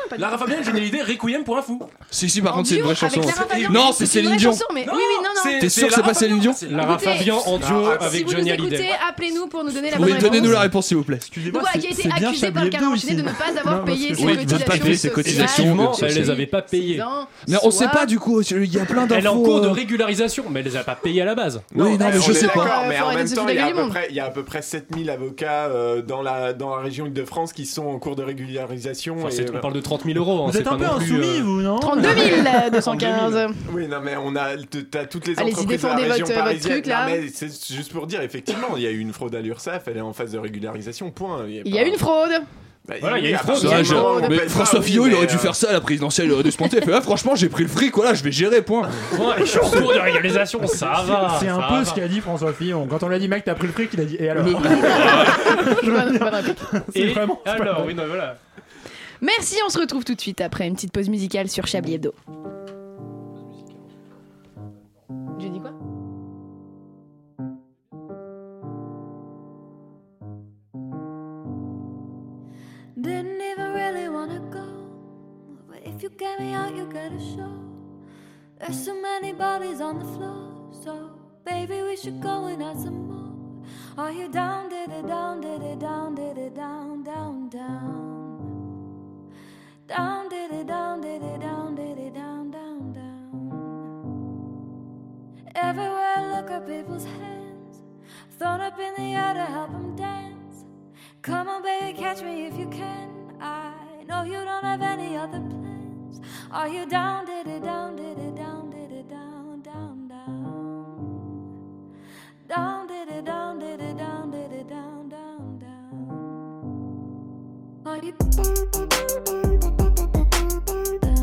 [SPEAKER 2] pas du
[SPEAKER 15] Lara Fabian, Johnny Hallyday, Requiem pour un fou.
[SPEAKER 14] Si, si, par contre, c'est une
[SPEAKER 2] duo
[SPEAKER 14] vraie
[SPEAKER 2] avec
[SPEAKER 14] chanson.
[SPEAKER 2] Lara Fabian.
[SPEAKER 14] Non, c'est
[SPEAKER 2] une
[SPEAKER 14] Céline
[SPEAKER 2] vraie
[SPEAKER 14] Dion.
[SPEAKER 2] chanson, mais oui, oui, non, non.
[SPEAKER 14] T'es sûr que c'est
[SPEAKER 15] Lara
[SPEAKER 14] pas Céline Dion
[SPEAKER 15] Fabian, c'est
[SPEAKER 1] Lara
[SPEAKER 2] Écoutez,
[SPEAKER 1] Fabian en duo
[SPEAKER 12] Ah, si
[SPEAKER 2] Si
[SPEAKER 1] avec
[SPEAKER 2] vous
[SPEAKER 1] Johnny
[SPEAKER 2] nous
[SPEAKER 1] Hallyday.
[SPEAKER 2] écoutez, appelez-nous pour nous donner la bonne
[SPEAKER 14] Oui,
[SPEAKER 2] réponse.
[SPEAKER 14] donnez-nous la réponse, s'il vous plaît.
[SPEAKER 2] Donc
[SPEAKER 13] Excusez-moi,
[SPEAKER 2] voilà, qui a
[SPEAKER 13] c'est-
[SPEAKER 2] été
[SPEAKER 13] c'est bien
[SPEAKER 2] accusé
[SPEAKER 13] Chablis
[SPEAKER 2] par le
[SPEAKER 13] Hebdo
[SPEAKER 2] Caron
[SPEAKER 13] aussi.
[SPEAKER 2] Enchaîné de ne pas
[SPEAKER 13] Non,
[SPEAKER 2] avoir
[SPEAKER 13] parce
[SPEAKER 2] payé
[SPEAKER 13] que-
[SPEAKER 2] ses
[SPEAKER 13] Oui,
[SPEAKER 14] ils veulent pas payer ses
[SPEAKER 2] cotisations
[SPEAKER 14] cotisations,
[SPEAKER 2] sociales.
[SPEAKER 1] Effectivement,
[SPEAKER 14] sociale.
[SPEAKER 1] elle les avait pas payées.
[SPEAKER 14] Mais on sait pas du coup, il y a plein
[SPEAKER 1] Elle est en
[SPEAKER 14] d'infos.
[SPEAKER 1] cours de
[SPEAKER 14] euh,
[SPEAKER 1] régularisation, mais elle les a pas payées à la base.
[SPEAKER 14] Oui, non,
[SPEAKER 12] on
[SPEAKER 14] mais je
[SPEAKER 12] est
[SPEAKER 14] sais pas.
[SPEAKER 12] d'accord,
[SPEAKER 2] Euh,
[SPEAKER 12] Mais
[SPEAKER 2] faut
[SPEAKER 12] en
[SPEAKER 2] arrêter de
[SPEAKER 12] même
[SPEAKER 2] se
[SPEAKER 12] temps,
[SPEAKER 2] foutre
[SPEAKER 12] il y, a
[SPEAKER 2] la
[SPEAKER 12] à
[SPEAKER 2] gueule
[SPEAKER 12] peu
[SPEAKER 2] du
[SPEAKER 12] près, il y a à peu près 7000 avocats euh, dans, la, dans la région Île-de-France qui sont en cours de régularisation.
[SPEAKER 1] Enfin,
[SPEAKER 12] et,
[SPEAKER 1] c'est- on
[SPEAKER 12] euh,
[SPEAKER 1] parle de 30 000 euros. hein,
[SPEAKER 13] Vous
[SPEAKER 1] c'est
[SPEAKER 13] êtes
[SPEAKER 1] pas
[SPEAKER 13] un peu
[SPEAKER 1] non plus,
[SPEAKER 13] insoumis,
[SPEAKER 1] euh,
[SPEAKER 13] vous, non
[SPEAKER 2] 32 215.
[SPEAKER 12] Oui, non, mais on a, t- t'as toutes les
[SPEAKER 2] Allez-y,
[SPEAKER 12] entreprises de la
[SPEAKER 2] défendez
[SPEAKER 12] région
[SPEAKER 2] votre- votre
[SPEAKER 12] parisienne.
[SPEAKER 2] truc, là.
[SPEAKER 12] Non, mais c'est juste pour dire, effectivement, il y a eu une fraude à l'URSSAF, elle est en phase de régularisation, point. Bah,
[SPEAKER 2] Il y a une fraude.
[SPEAKER 1] Voilà, il y a une fraude.
[SPEAKER 14] Ça, je-
[SPEAKER 12] fraude.
[SPEAKER 14] mais
[SPEAKER 4] Ah
[SPEAKER 14] François Fillon, il aurait
[SPEAKER 12] euh,
[SPEAKER 14] dû faire ça à la présidentielle euh, de Sponté. Il fait, ah, franchement, j'ai pris le fric, voilà, je vais gérer, point.
[SPEAKER 1] Ouais, je suis en cours de régularisation, ça va.
[SPEAKER 13] C'est un
[SPEAKER 1] ça
[SPEAKER 13] peu
[SPEAKER 1] va.
[SPEAKER 13] ce qu'a dit François Fillon. Quand on lui a dit, mec, t'as pris le fric, il a dit, et alors
[SPEAKER 14] Le-
[SPEAKER 2] Bonne- bonne réponse.
[SPEAKER 13] C'est
[SPEAKER 1] Et
[SPEAKER 13] vraiment- c'est pas
[SPEAKER 1] alors,
[SPEAKER 13] vrai.
[SPEAKER 1] oui, non, voilà.
[SPEAKER 2] Merci, on se retrouve tout de suite après une petite pause musicale sur Chablis Hebdo. Je dis quoi
[SPEAKER 20] Didn't even really wanna go, but if you get me out, you gotta show. There's so many bodies on the floor, so baby, we should go and add some more. Are you down, did it down, did it down, did it down, down, down? Down, did it down, did it down, did it down, down, down. Everywhere I look at people's hands, thrown up in the air to help 'em dance. Come on, baby, catch me if you can. I know you don't have any other plans. Are you down, did it down, did it down, did it down, down, down? Down, did it down, did it down, did it down, down, down? Are you down, down, down, down?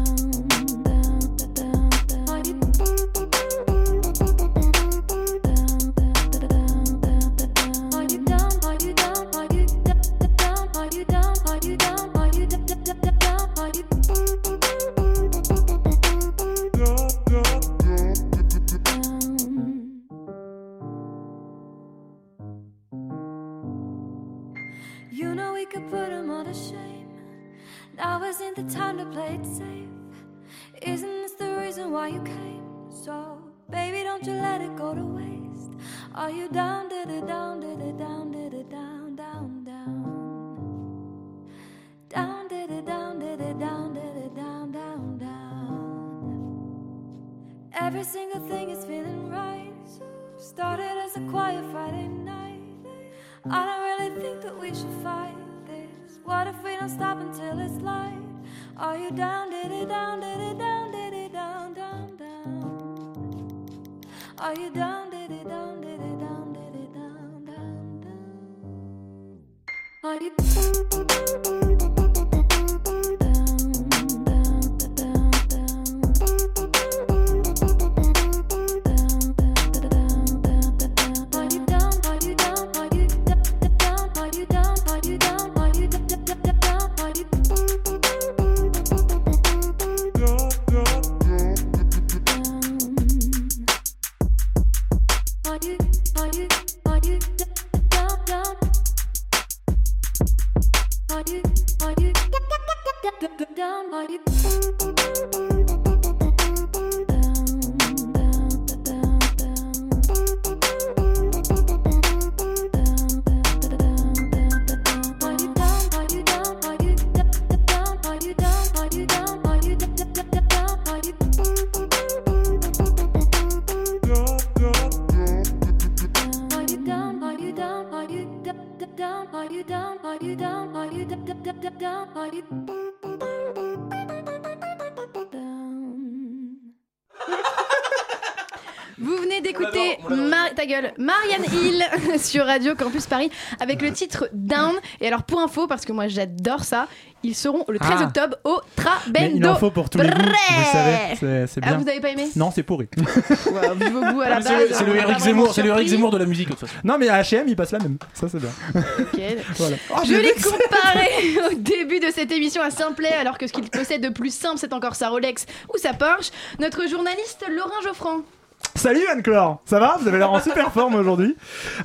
[SPEAKER 20] Are you down, down, down, down? You know we could put him all to shame. Now isn't the time to play it safe. Isn't this the reason why you came? So, baby, don't you let it go to waste. Are you down, did it down, did it down, did it down, down, down? Down, did it down, did it down, did it down, down, down. Every single thing is feeling right. Started as a quiet Friday night. I don't really think that we should fight this. What if we don't stop until it's light? Are you down, did it down, did it down, did it down, down, down? Are you down, did it down, did it down, did it down, down, down? Are you Are you down? Are you down? Are you down? Are you down? Are you down? Are you down? Are you Are you, are you, are you down, down? Are you, are you down? Are you Are you down? Are you down? Are you down? Are you down? Are you down? Are you down? Are you
[SPEAKER 2] Vous venez d'écouter Mar- ta gueule Marianne Hill sur Radio Campus Paris avec le titre Down. Et alors pour info, parce que moi j'adore ça, ils seront le 13
[SPEAKER 13] Ah.
[SPEAKER 2] octobre au
[SPEAKER 13] Mais il
[SPEAKER 2] Trabendo.
[SPEAKER 13] en faut pour tous les goûts, vous
[SPEAKER 2] Brrr.
[SPEAKER 13] savez, c'est- c'est
[SPEAKER 2] Ah,
[SPEAKER 13] bien.
[SPEAKER 2] vous avez pas aimé
[SPEAKER 13] Non, c'est pourri.
[SPEAKER 2] Ouais, vu vos goûts à la
[SPEAKER 15] Ah, mais c'est le-
[SPEAKER 2] base,
[SPEAKER 15] c'est le
[SPEAKER 2] on va
[SPEAKER 15] Eric
[SPEAKER 2] pas
[SPEAKER 15] Zemmour,
[SPEAKER 2] vraiment
[SPEAKER 15] c'est le Eric
[SPEAKER 2] surpris.
[SPEAKER 15] Zemmour de la musique de toute façon.
[SPEAKER 13] Non, mais à HM, il passe la même. Ça, c'est bien.
[SPEAKER 2] Ok.
[SPEAKER 13] Voilà. Oh,
[SPEAKER 2] je
[SPEAKER 13] j'ai
[SPEAKER 2] l'ai
[SPEAKER 13] vu que ça-
[SPEAKER 2] comparé au début de cette émission à Simplet, alors que ce qu'il possède de plus simple, c'est encore sa Rolex ou sa Porsche. Notre journaliste Laurent Geoffran.
[SPEAKER 13] Salut Anne-Claire, ça va Vous avez l'air en super forme aujourd'hui.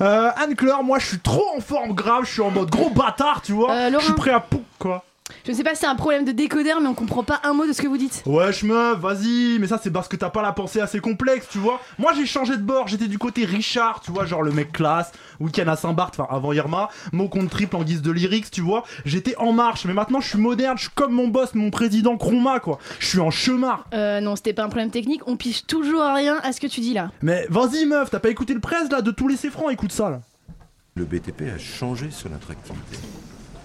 [SPEAKER 13] Euh, Anne-Claire, moi je suis trop en forme, grave, je suis en mode gros bâtard, tu vois. je suis prêt à pou. Quoi
[SPEAKER 2] Euh, Je ne sais pas si c'est un problème de décodeur, mais on comprend pas un mot de ce que vous dites.
[SPEAKER 13] Wesh meuf, vas-y, mais ça c'est parce que t'as pas la pensée assez complexe, tu vois. Moi j'ai changé de bord, j'étais du côté Richard, tu vois, genre le mec classe, week-end à Saint-Barth, enfin avant Irma, mon compte triple en guise de lyrics, tu vois. J'étais en marche, mais maintenant je suis moderne, je suis comme mon boss, mon président Kroma, quoi. Je suis en chemard.
[SPEAKER 2] Euh, non, c'était pas un problème technique, on pige toujours à rien à ce que tu dis là.
[SPEAKER 13] Mais vas-y meuf, t'as pas écouté le presse là, de tous les francs, écoute ça là.
[SPEAKER 10] Le BTP a changé son attractivité.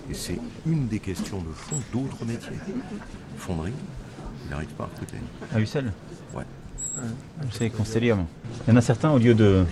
[SPEAKER 10] Et c'est une des questions de fond d'autres métiers. Fonderie, il n'arrive pas à recruter.
[SPEAKER 11] À Ussel
[SPEAKER 10] Ouais.
[SPEAKER 11] Vous savez, Constellium. Il y en a certains, au lieu de.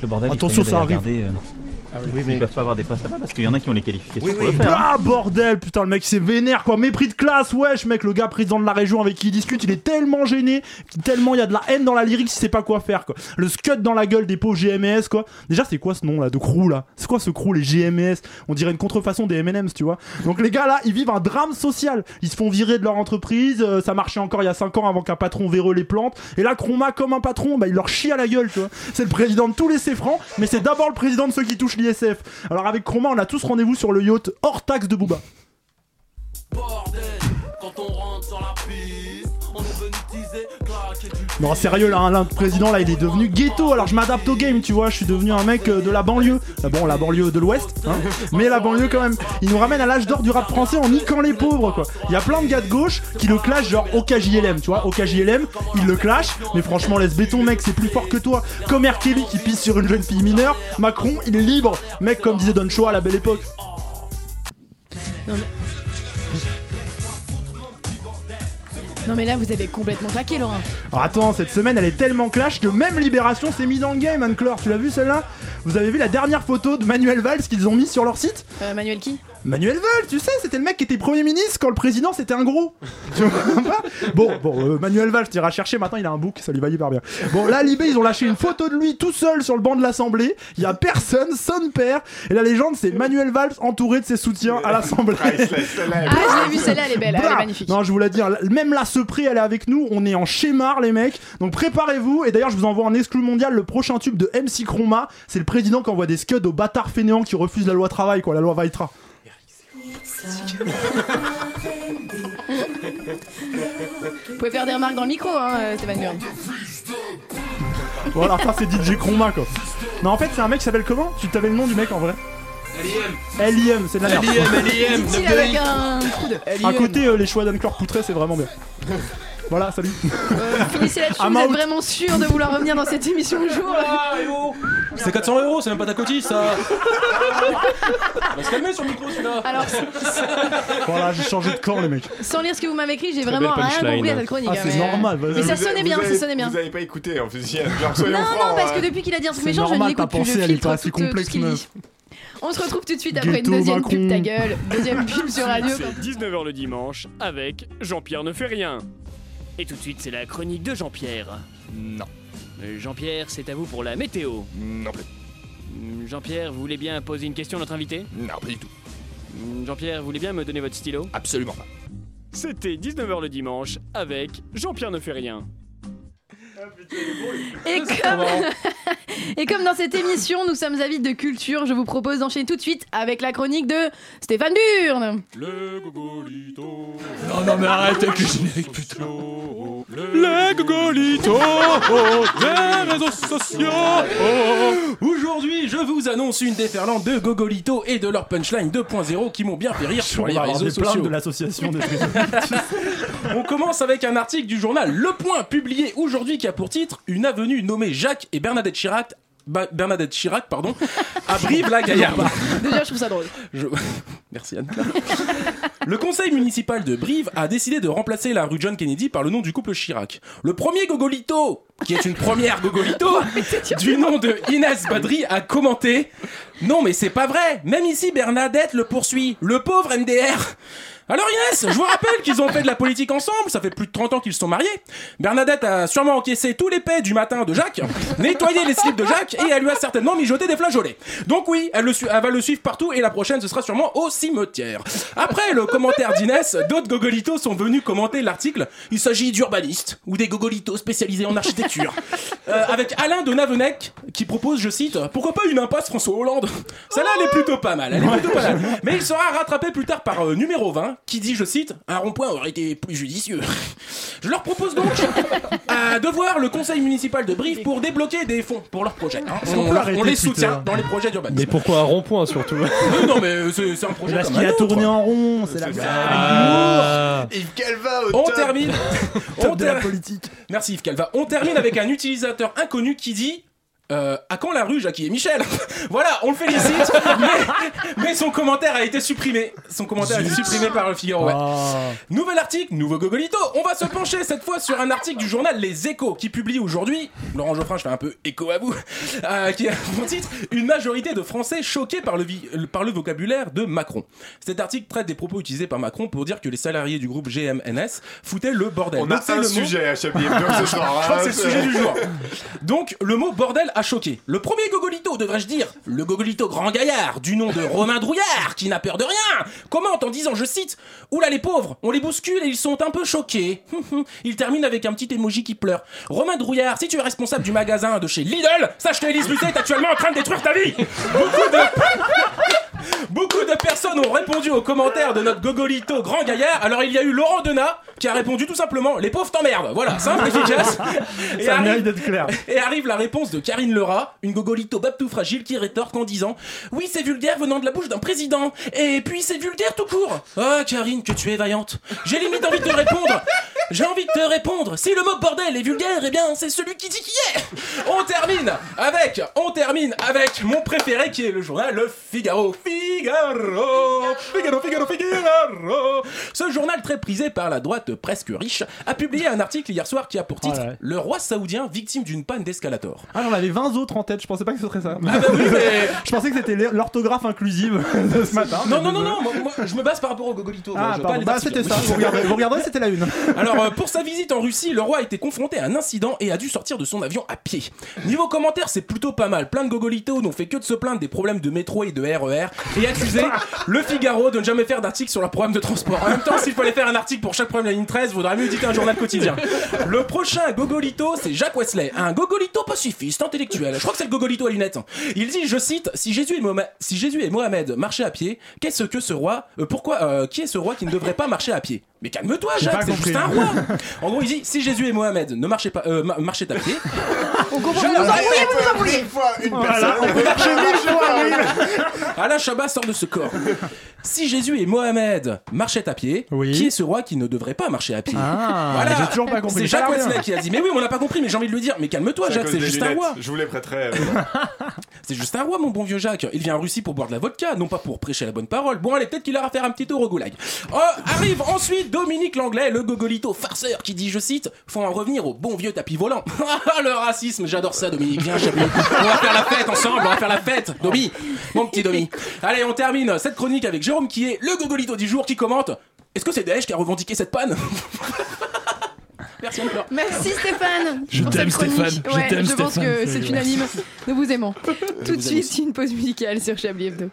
[SPEAKER 11] Le bordel, ils
[SPEAKER 13] Attention,
[SPEAKER 11] préfèrent
[SPEAKER 13] ça
[SPEAKER 11] d'aller
[SPEAKER 13] arrive.
[SPEAKER 11] regarder, euh, s'ils peuvent pas avoir des places là-bas parce qu'il y en a qui ont les qualifications pour le faire. hein
[SPEAKER 13] Ah bordel, putain le mec c'est vénère quoi, mépris de classe, wesh mec, le gars président de la région avec qui il discute, il est tellement gêné, tellement il y a de la haine dans la lyrique, il sait pas quoi faire quoi. Le scud dans la gueule des pauvres GMS quoi. Déjà c'est quoi ce nom là de crew là C'est quoi ce crew les GMS On dirait une contrefaçon des M&M's tu vois. Donc les gars là, ils vivent un drame social. Ils se font virer de leur entreprise, euh, ça marchait encore il y a 5 ans avant qu'un patron véreux les plante. Et là Chroma comme un patron, bah il leur chie à la gueule tu vois. C'est le président de tous les Céfrans, mais c'est d'abord le président de ceux qui touchent l'ISF. Alors avec Chroma on a tous rendez-vous sur le yacht hors taxe de Booba.
[SPEAKER 16] Quand on rentre sur la piste, on est venu teaser, claquer du
[SPEAKER 13] Non, sérieux, là, hein, l'un de président, là, il est devenu ghetto. Alors, je m'adapte au game, tu vois. Je suis devenu un mec euh, de la banlieue. Euh, Bon, la banlieue de l'Ouest, hein, mais la banlieue quand même. Il nous ramène à l'âge d'or du rap français en niquant les pauvres, quoi. Il y a plein de gars de gauche qui le clashent, genre OKJLM, tu vois. OKJLM, il le clash, mais franchement, laisse béton, mec, c'est plus fort que toi. Comme R. Kelly qui pisse sur une jeune fille mineure, Macron, il est libre. Mec, comme disait Don Cho à la belle époque.
[SPEAKER 2] Non mais là vous avez complètement claqué Laurent.
[SPEAKER 13] Alors attends, cette semaine elle est tellement clash que même Libération s'est mis dans le game, Anne-Claire. Tu l'as vu celle-là Vous avez vu la dernière photo de Manuel Valls qu'ils ont mis sur leur site
[SPEAKER 2] Euh, Manuel qui
[SPEAKER 13] Manuel Valls, tu sais, c'était le mec qui était Premier ministre quand le président c'était un gros. Tu vois pas bon, bon, euh, Manuel Valls, tu iras chercher, maintenant il a un bouc, ça lui va hyper bien. Bon, là, Libé, ils ont lâché une photo de lui tout seul sur le banc de l'Assemblée, il y a personne, son père, et la légende c'est Manuel Valls entouré de ses soutiens à l'Assemblée.
[SPEAKER 2] Ah, je l'ai vu, celle-là, elle est belle, elle est
[SPEAKER 13] Bam
[SPEAKER 2] magnifique.
[SPEAKER 13] Non, je vous la dire, même la Sepré, elle est avec nous. On est en schémar, les mecs. Donc préparez-vous. Et d'ailleurs, je vous envoie en exclu mondial le prochain tube de MC Chroma. C'est le président qui envoie des scuds aux bâtards fainéants qui refusent la loi travail, quoi, la loi Vaitra.
[SPEAKER 2] Vous pouvez faire des remarques dans le micro, hein, euh, Stéphane Bern.
[SPEAKER 13] Voilà, ça c'est DJ Chroma, quoi. Non, en fait, c'est un mec qui s'appelle comment Tu t'avais le nom du mec en vrai L.I.M. c'est de la merde.
[SPEAKER 2] Dit-il avec un trou de.
[SPEAKER 13] À côté, euh, les choix d'Anne-Claire Poutré, c'est vraiment bien. Voilà, salut.
[SPEAKER 2] Finissez là-dessus,
[SPEAKER 13] I'm
[SPEAKER 2] vous êtes
[SPEAKER 13] out.
[SPEAKER 2] vraiment sûr de vouloir revenir dans cette émission le jour là
[SPEAKER 15] C'est 400 euros, c'est même pas ta cotise ça On va se calmer sur le micro celui-là
[SPEAKER 2] Alors,
[SPEAKER 13] voilà, j'ai changé de camp, les mecs.
[SPEAKER 2] Sans lire ce que vous m'avez écrit, j'ai
[SPEAKER 13] Très
[SPEAKER 2] vraiment
[SPEAKER 13] belle
[SPEAKER 2] rien
[SPEAKER 13] punchline.
[SPEAKER 2] compris à cette chronique.
[SPEAKER 13] Ah,
[SPEAKER 2] hein,
[SPEAKER 13] c'est
[SPEAKER 2] mais-
[SPEAKER 13] normal, vas-y.
[SPEAKER 2] Mais ça
[SPEAKER 13] Vous
[SPEAKER 2] sonnait
[SPEAKER 13] avez-
[SPEAKER 2] bien,
[SPEAKER 13] vous
[SPEAKER 2] ça
[SPEAKER 13] avez-
[SPEAKER 2] sonnait bien.
[SPEAKER 12] Vous avez pas écouté, en fait, si, genre,
[SPEAKER 2] Non,
[SPEAKER 12] soyons
[SPEAKER 2] non,
[SPEAKER 12] francs,
[SPEAKER 2] parce
[SPEAKER 12] euh,
[SPEAKER 2] que depuis qu'il a dit un truc
[SPEAKER 13] C'est
[SPEAKER 2] méchant, je ne
[SPEAKER 13] normal,
[SPEAKER 2] l'écoute
[SPEAKER 13] ta
[SPEAKER 2] plus, je
[SPEAKER 13] pensée, elle est
[SPEAKER 2] filtre
[SPEAKER 13] assez
[SPEAKER 2] tout, euh, tout
[SPEAKER 13] complexe,
[SPEAKER 2] ce qu'il
[SPEAKER 13] meuf.
[SPEAKER 2] dit. On se retrouve tout de suite après une
[SPEAKER 13] Ghetto
[SPEAKER 2] deuxième
[SPEAKER 13] Macron.
[SPEAKER 2] pub ta gueule, deuxième pub sur radio.
[SPEAKER 21] C'est 19h le dimanche avec Jean-Pierre ne fait rien. Et tout de suite, c'est la chronique de Jean-Pierre.
[SPEAKER 12] Non.
[SPEAKER 21] Euh, Jean-Pierre, c'est à vous pour la météo.
[SPEAKER 12] Non plus.
[SPEAKER 21] Mm, Jean-Pierre, vous voulez bien poser une question à notre invité
[SPEAKER 12] Non, pas du tout.
[SPEAKER 21] Mm, Jean-Pierre, vous voulez bien me donner votre stylo
[SPEAKER 12] Absolument pas.
[SPEAKER 21] C'était 19h le dimanche avec Jean-Pierre ne fait rien.
[SPEAKER 2] Et comme... Et comme dans cette émission, nous sommes avides de culture, je vous propose d'enchaîner tout de suite avec la chronique de Stéphane Burn.
[SPEAKER 16] Le gogolito.
[SPEAKER 14] Non, non, mais arrête avec le générique,
[SPEAKER 16] putain. Les gogolitos
[SPEAKER 14] oh,
[SPEAKER 16] des réseaux sociaux.
[SPEAKER 15] Aujourd'hui, je vous annonce une déferlante de Gogolito et de leur punchline 2.0 qui m'ont bien fait rire sur
[SPEAKER 13] On
[SPEAKER 15] les
[SPEAKER 13] va avoir
[SPEAKER 15] réseaux
[SPEAKER 13] des plaintes
[SPEAKER 15] sociaux.
[SPEAKER 13] de l'association des
[SPEAKER 15] On commence avec un article du journal Le Point publié aujourd'hui qui a pour titre Une avenue nommée Jacques et Bernadette Chirac. Ba- Bernadette Chirac, pardon, à Brive-la-Gaillarde.
[SPEAKER 2] Déjà, je trouve ça drôle.
[SPEAKER 15] Je- Merci Anne. Le conseil municipal de Brive a décidé de remplacer la rue John Kennedy par le nom du couple Chirac. Le premier Gogolito, qui est une première Gogolito, du nom de Inès Badri, a commenté Non, mais c'est pas vrai Même ici, Bernadette le poursuit. Le pauvre MDR alors Inès, je vous rappelle qu'ils ont fait de la politique ensemble, ça fait plus de 30 ans qu'ils se sont mariés. Bernadette a sûrement encaissé tous les pets du matin de Jacques, nettoyé les slips de Jacques et elle lui a certainement mijoté des flageolets. Donc oui, elle, le su- elle va le suivre partout et la prochaine ce sera sûrement au cimetière. Après le commentaire d'Inès, d'autres gogolitos sont venus commenter l'article. Il s'agit d'urbanistes ou des gogolitos spécialisés en architecture. Euh, avec Alain de Navenec qui propose, je cite, pourquoi pas une impasse François Hollande Celle-là elle est plutôt pas mal, elle est plutôt pas mal. Mais il sera rattrapé plus tard par euh, numéro 20 qui dit, je cite, un rond-point aurait été plus judicieux. Je leur propose donc euh, de voir le conseil municipal de Brive pour débloquer des fonds pour leurs projets. hein.
[SPEAKER 1] Est-ce qu'on
[SPEAKER 15] On,
[SPEAKER 1] peut
[SPEAKER 15] leur-
[SPEAKER 1] arrêter
[SPEAKER 15] on les
[SPEAKER 1] Twitter
[SPEAKER 15] soutient dans les projets d'urbanisme.
[SPEAKER 1] Mais pourquoi un rond-point surtout
[SPEAKER 15] Oui, non, mais euh, c'est c'est un projet.
[SPEAKER 1] Parce
[SPEAKER 15] comme
[SPEAKER 1] qu'il
[SPEAKER 15] un
[SPEAKER 1] a
[SPEAKER 15] autre.
[SPEAKER 13] Tourner en rond, c'est la
[SPEAKER 15] Ah.
[SPEAKER 12] Yves Calva au
[SPEAKER 15] On
[SPEAKER 12] top.
[SPEAKER 15] termine. On
[SPEAKER 13] de la
[SPEAKER 15] ter- Merci Yves Calva. On termine avec un utilisateur inconnu qui dit. euh, à quand la rue, Jackie et Michel Voilà, on le félicite, mais, mais son commentaire a été supprimé. Son commentaire a été supprimé par le Figaro. ouais. Nouvel article, nouveau Gogolito. On va se pencher cette fois sur un article du journal Les Échos qui publie aujourd'hui, Laurent Geoffrin, je fais un peu écho à vous, euh, qui a pour titre Une majorité de Français choqués par le, vi- par le vocabulaire de Macron. Cet article traite des propos utilisés par Macron pour dire que les salariés du groupe GMNS foutaient le bordel.
[SPEAKER 12] On a
[SPEAKER 15] c'est
[SPEAKER 12] un
[SPEAKER 15] le mot-
[SPEAKER 12] sujet à Chablis Hebdo ce soir, hein.
[SPEAKER 15] Je crois que c'est le sujet du jour. Donc, le mot bordel a choqué. Le premier gogolito, devrais-je dire, le gogolito grand gaillard, du nom de Romain Drouillard, qui n'a peur de rien, commente en disant, je cite, Oula les pauvres, on les bouscule et ils sont un peu choqués. Il termine avec un petit émoji qui pleure. Romain Drouillard, si tu es responsable du magasin de chez Lidl, sache que Elise Lucet est actuellement en train de détruire ta vie. Beaucoup de... Beaucoup de personnes ont répondu aux commentaires de notre gogolito grand gaillard. Alors il y a eu Laurent Denat qui a répondu tout simplement les pauvres t'emmerdent. Voilà, simple, efficace. Et
[SPEAKER 13] Ça
[SPEAKER 15] arrive-
[SPEAKER 13] mérite d'être clair.
[SPEAKER 15] et arrive la réponse de Karine Lerat, une gogolito bab tout fragile qui rétorque en disant Oui, c'est vulgaire venant de la bouche d'un président, et puis c'est vulgaire tout court. Ah, Karine, que tu es vaillante. J'ai limite envie de te répondre J'ai envie de te répondre. Si le mot bordel est vulgaire, eh bien, c'est celui qui dit qui est. On termine avec, on termine avec mon préféré qui est le journal Le Figaro. Figaro, Figaro, Figaro, Figaro. Ce journal très prisé par la droite presque riche a publié un article hier soir qui a pour titre
[SPEAKER 13] Ah ouais.
[SPEAKER 15] Le roi saoudien victime d'une panne d'escalator.
[SPEAKER 13] Ah, j'en avais 20 autres en tête, je pensais pas que ce serait ça.
[SPEAKER 15] Ah, bah mais-
[SPEAKER 13] je pensais que c'était l'orthographe inclusive de ce matin.
[SPEAKER 15] Non, non, non, non, moi, moi, je me base par rapport au Gogolito. moi,
[SPEAKER 13] Ah,
[SPEAKER 15] je veux pas
[SPEAKER 13] pardon.
[SPEAKER 15] les
[SPEAKER 13] Bah,
[SPEAKER 15] articles.
[SPEAKER 13] c'était ça, vous regarderez, vous regarderez, c'était la une.
[SPEAKER 15] Alors, euh, pour sa visite en Russie, le roi a été confronté à un incident et a dû sortir de son avion à pied. Niveau commentaire, c'est plutôt pas mal. Plein de gogolitos n'ont fait que de se plaindre des problèmes de métro et de RER et accuser le Figaro de ne jamais faire d'article sur leur problème de transport. En même temps, s'il fallait faire un article pour chaque problème de la ligne 13, vaudrait mieux éditer un journal quotidien. Le prochain gogolito, c'est Jacques Wesley, un gogolito pacifiste intellectuel. Je crois que c'est le gogolito à lunettes. Il dit, je cite, si Jésus et Mohamed, si Jésus et Mohamed marchaient à pied, qu'est-ce que ce roi euh, Pourquoi euh, Qui est ce roi qui ne devrait pas marcher à pied Mais calme-toi,
[SPEAKER 13] J'ai
[SPEAKER 15] Ah, Jacques,
[SPEAKER 13] pas
[SPEAKER 15] c'est
[SPEAKER 13] compris.
[SPEAKER 15] juste un roi. En gros, il dit si Jésus et Mohamed ne marchaient pas, euh, ma- marchaient à pied,
[SPEAKER 17] On comprend,
[SPEAKER 15] Je
[SPEAKER 17] vous nous
[SPEAKER 15] l'aurais
[SPEAKER 17] embrouillez, vous nous
[SPEAKER 15] fait
[SPEAKER 17] embrouillez
[SPEAKER 15] mille fois, une
[SPEAKER 17] Voilà,
[SPEAKER 15] personne.
[SPEAKER 17] on peut marcher mille fois, oui.
[SPEAKER 15] Alain Chabat sort de ce corps. Si Jésus et Mohamed marchaient à pied, qui est ce roi qui ne devrait pas marcher à pied
[SPEAKER 13] Ah,
[SPEAKER 15] Voilà.
[SPEAKER 13] j'ai toujours pas compris.
[SPEAKER 15] C'est Jacques
[SPEAKER 13] Ça a l'air
[SPEAKER 15] Wesley
[SPEAKER 13] bien.
[SPEAKER 15] qui a dit mais oui, mais on n'a pas compris, mais j'ai envie de le dire. Mais calme-toi,
[SPEAKER 12] C'est à
[SPEAKER 15] Jacques,
[SPEAKER 12] cause
[SPEAKER 15] c'est
[SPEAKER 12] des
[SPEAKER 15] juste un
[SPEAKER 12] lunettes.
[SPEAKER 15] roi.
[SPEAKER 12] Je vous les prêterai. euh,
[SPEAKER 15] C'est juste un roi, mon bon vieux Jacques. Il vient en Russie pour boire de la vodka, non pas pour prêcher la bonne parole. Bon, allez, peut-être qu'il aura faire un petit tour au goulag. Euh, arrive ensuite Dominique Langlais, le gogolito farceur, qui dit, je cite, faut en revenir au bon vieux tapis volant. Ah, le racisme, j'adore ça, Dominique. Viens, Chablis. On va faire la fête ensemble, on va faire la fête. Domi, mon petit Domi. Allez, on termine cette chronique avec Jérôme qui est le gogolito du jour qui commente. Est-ce que c'est Daesh qui a revendiqué cette panne Merci encore.
[SPEAKER 2] Merci Stéphane.
[SPEAKER 15] Je
[SPEAKER 2] pour cette
[SPEAKER 15] t'aime,
[SPEAKER 2] chronique.
[SPEAKER 15] Stéphane. Je
[SPEAKER 2] Ouais,
[SPEAKER 15] t'aime,
[SPEAKER 2] je pense
[SPEAKER 15] Stéphane.
[SPEAKER 2] que c'est
[SPEAKER 15] Merci.
[SPEAKER 2] unanime. Nous vous aimons. Tout de
[SPEAKER 15] vous aime
[SPEAKER 2] suite,
[SPEAKER 15] aussi.
[SPEAKER 2] une pause musicale sur Chablis Hebdo.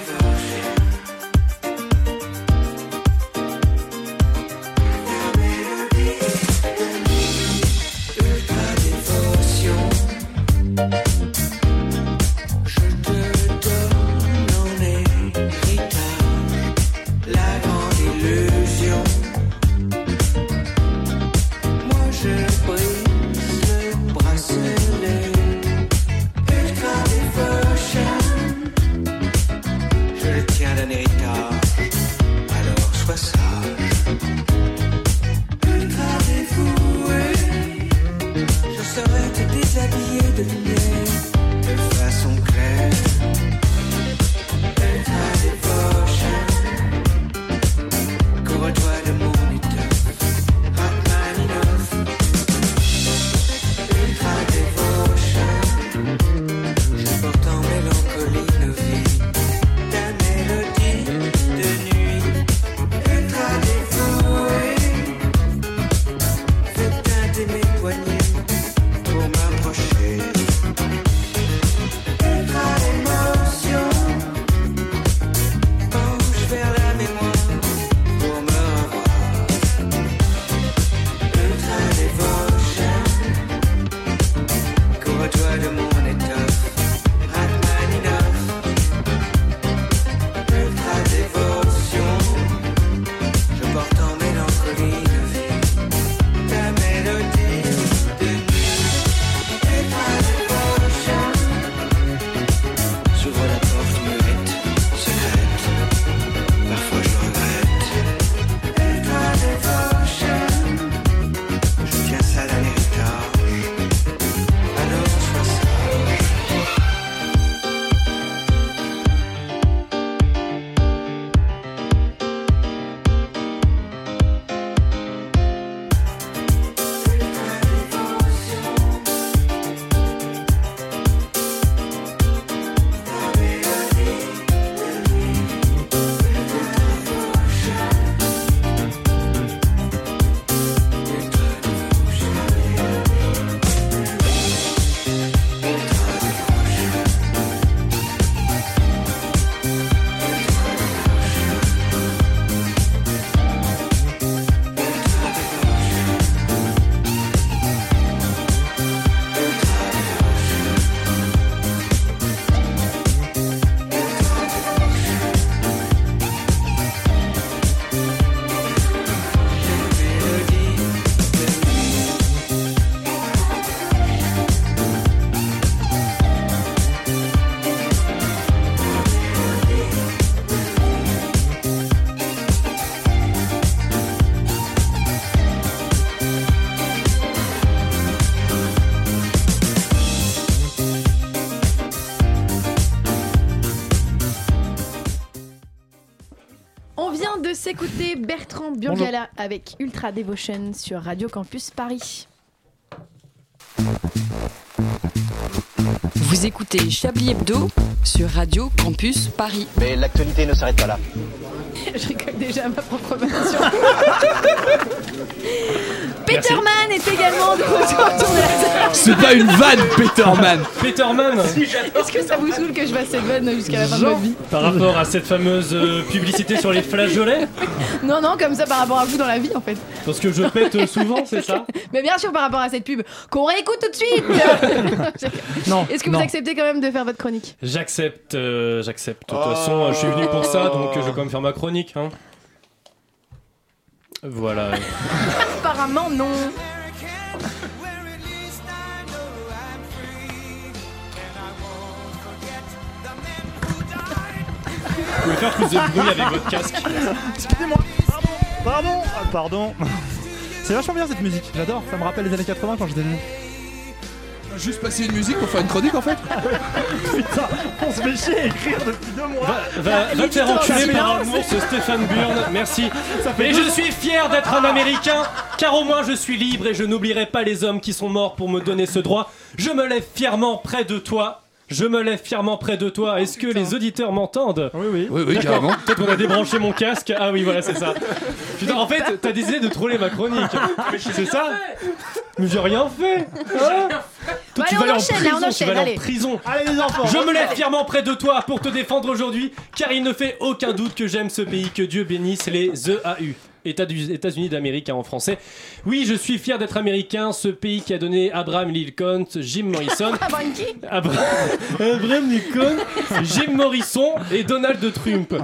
[SPEAKER 17] Devotion.
[SPEAKER 2] de s'écouter Bertrand Burgala avec Ultra Devotion sur Radio Campus Paris.
[SPEAKER 8] Vous écoutez Chablis Hebdo sur Radio Campus Paris.
[SPEAKER 9] Mais l'actualité ne s'arrête pas là.
[SPEAKER 2] Je rigole déjà à ma propre version. Peterman est également de retour sur la table.
[SPEAKER 4] C'est pas une vanne, Peterman
[SPEAKER 1] Peterman
[SPEAKER 2] Est-ce que ça vous saoule que je fasse cette bonne jusqu'à la fin de
[SPEAKER 1] Jean,
[SPEAKER 2] ma vie
[SPEAKER 1] Par rapport à cette fameuse euh, publicité sur les flageolets
[SPEAKER 2] Non, non, comme ça par rapport à vous dans la vie en fait.
[SPEAKER 1] Parce que je pète euh, souvent, c'est ça
[SPEAKER 2] Mais bien sûr par rapport à cette pub qu'on réécoute tout de suite.
[SPEAKER 1] Non.
[SPEAKER 2] Est-ce que vous acceptez quand même de faire votre chronique
[SPEAKER 1] J'accepte, euh, j'accepte. De toute façon, euh, je suis venu pour ça, donc euh, je vais quand même faire ma chronique. hein. Voilà.
[SPEAKER 2] Apparemment non.
[SPEAKER 1] Vous pouvez faire plus de bruit avec votre casque.
[SPEAKER 13] Excusez-moi. Pardon. Pardon. Ah, pardon. C'est vachement bien cette musique. J'adore. Ça me rappelle les années 80 quand j'étais né.
[SPEAKER 4] Juste passer une musique pour faire une chronique en fait
[SPEAKER 13] Putain, on se fait chier à écrire depuis deux mois.
[SPEAKER 1] Va, va te faire enculer par un ours, Stéphane Burn, merci.
[SPEAKER 13] fait
[SPEAKER 1] Et
[SPEAKER 13] deux-
[SPEAKER 1] je suis fier d'être un Américain, car au moins je suis libre et je n'oublierai pas les hommes qui sont morts pour me donner ce droit. Je me lève fièrement près de toi. Je me lève fièrement près de toi. Est-ce que les auditeurs m'entendent Oui, oui.
[SPEAKER 4] Oui, oui, carrément.
[SPEAKER 1] Peut-être qu'on a débranché mon casque. Ah oui, voilà, c'est ça. Putain, en fait, t'as décidé de troller ma chronique. C'est ça Mais j'ai rien fait. hein
[SPEAKER 2] Bon,
[SPEAKER 1] Toi, tu
[SPEAKER 2] Bah allez,
[SPEAKER 1] vas aller
[SPEAKER 2] on enchaîne,
[SPEAKER 1] en
[SPEAKER 2] là, on
[SPEAKER 1] prison, tu
[SPEAKER 2] enchaîne,
[SPEAKER 1] vas aller
[SPEAKER 2] allez.
[SPEAKER 1] en prison.
[SPEAKER 13] Allez les enfants.
[SPEAKER 1] Je me lève fièrement près de toi pour te défendre aujourd'hui, car il ne fait aucun doute que j'aime ce pays, que Dieu bénisse les EAU. États du- États-Unis d'Amérique hein, en français. Oui, je suis fier d'être américain, ce pays qui a donné Abraham Lincoln, Jim Morrison,
[SPEAKER 2] Abraham qui
[SPEAKER 1] Abra- Abraham Lincoln, Jim Morrison et Donald Trump.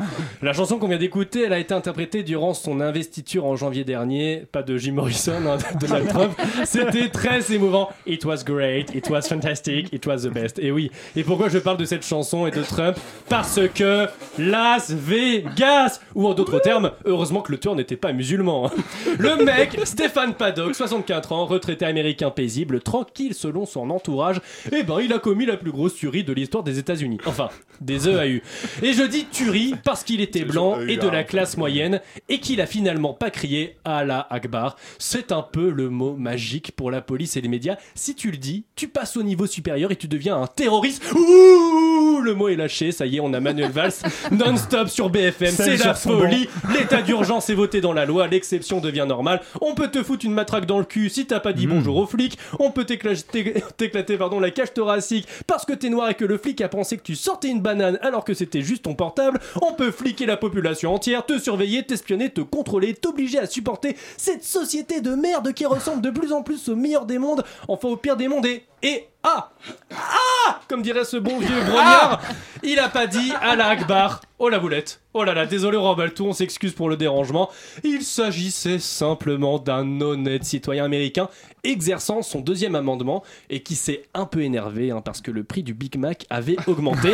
[SPEAKER 1] La chanson qu'on vient d'écouter, elle a été interprétée durant son investiture en janvier dernier. Pas de Jim Morrison, hein, de Donald Trump. C'était très émouvant. It was great, it was fantastic, it was the best. Et oui. Et pourquoi je parle de cette chanson et de Trump Parce que Las Vegas, ou en d'autres termes, heureusement que le tueur n'était pas musulman. Le mec, Stéphane Paddock, 64 ans, retraité américain paisible, tranquille selon son entourage, eh ben il a commis la plus grosse tuerie de l'histoire des États-Unis. Enfin, des EAU. Et je dis tuerie parce qu'il était blanc et de la classe moyenne et qu'il a finalement pas crié Allah Akbar. C'est un peu le mot magique pour la police et les médias. Si tu le dis, tu passes au niveau supérieur et tu deviens un terroriste. Ouh, le mot est lâché, ça y est, on a Manuel Valls non-stop sur BFM.
[SPEAKER 13] Celles
[SPEAKER 1] C'est la
[SPEAKER 13] sur son
[SPEAKER 1] folie.
[SPEAKER 13] banc.
[SPEAKER 1] L'état d'urgence est voté dans la loi, l'exception devient normale. On peut te foutre une matraque dans le cul si t'as pas dit bonjour aux flics. On peut t'écla- t'é- t'éclater pardon, la cage thoracique parce que t'es noir et que le flic a pensé que tu sortais une banane alors que c'était juste ton portable. On peut fliquer la population entière, te surveiller, t'espionner, te contrôler, t'obliger à supporter cette société de merde qui ressemble de plus en plus au meilleur des mondes, enfin au pire des mondes et... et ah Ah Comme dirait ce bon vieux grognard, il a pas dit à la Akbar. Oh la boulette. Oh là là, désolé Rambaltou, on s'excuse pour le dérangement. Il s'agissait simplement d'un honnête citoyen américain exerçant son deuxième amendement et qui s'est un peu énervé hein, parce que le prix du Big Mac avait augmenté.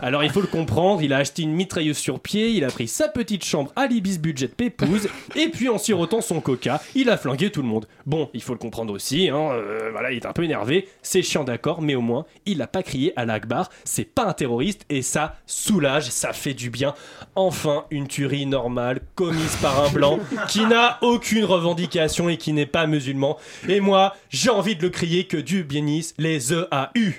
[SPEAKER 1] Alors il faut le comprendre, il a acheté une mitrailleuse sur pied, il a pris sa petite chambre à l'Ibis Budget Pépouze et puis en sirotant son coca, il a flingué tout le monde. Bon, il faut le comprendre aussi, hein, euh, voilà, il est un peu énervé, c'est chiant d'accord, mais au moins, il n'a pas crié à l'Akbar, c'est pas un terroriste et ça soulage, ça fait du bien. Enfin, une tuerie normale commise par un blanc qui n'a aucune revendication et qui n'est pas musulman. Et moi, j'ai envie de le crier que Dieu bénisse les E EAU.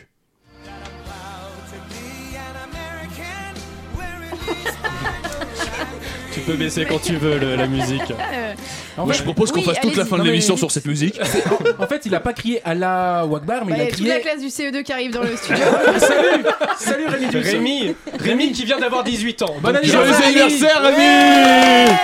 [SPEAKER 1] Tu peux baisser quand tu veux le- la musique.
[SPEAKER 2] Euh. En
[SPEAKER 4] Moi,
[SPEAKER 2] fait-
[SPEAKER 4] je propose qu'on
[SPEAKER 2] Oui,
[SPEAKER 4] fasse toute la
[SPEAKER 2] allez-y.
[SPEAKER 4] fin de
[SPEAKER 2] Non, mais-
[SPEAKER 4] l'émission sur cette musique.
[SPEAKER 15] En fait, il a pas crié Allah ou Akbar, mais
[SPEAKER 2] Bah,
[SPEAKER 15] il a
[SPEAKER 2] toute la
[SPEAKER 15] crié.
[SPEAKER 2] classe du CE2 qui arrive dans le studio.
[SPEAKER 15] Salut Salut Rémi Dusson.
[SPEAKER 1] Rémi, Rémi qui vient d'avoir 18 ans.
[SPEAKER 15] Bon
[SPEAKER 1] Donc,
[SPEAKER 15] anniversaire, Rémi.
[SPEAKER 1] joyeux Rémi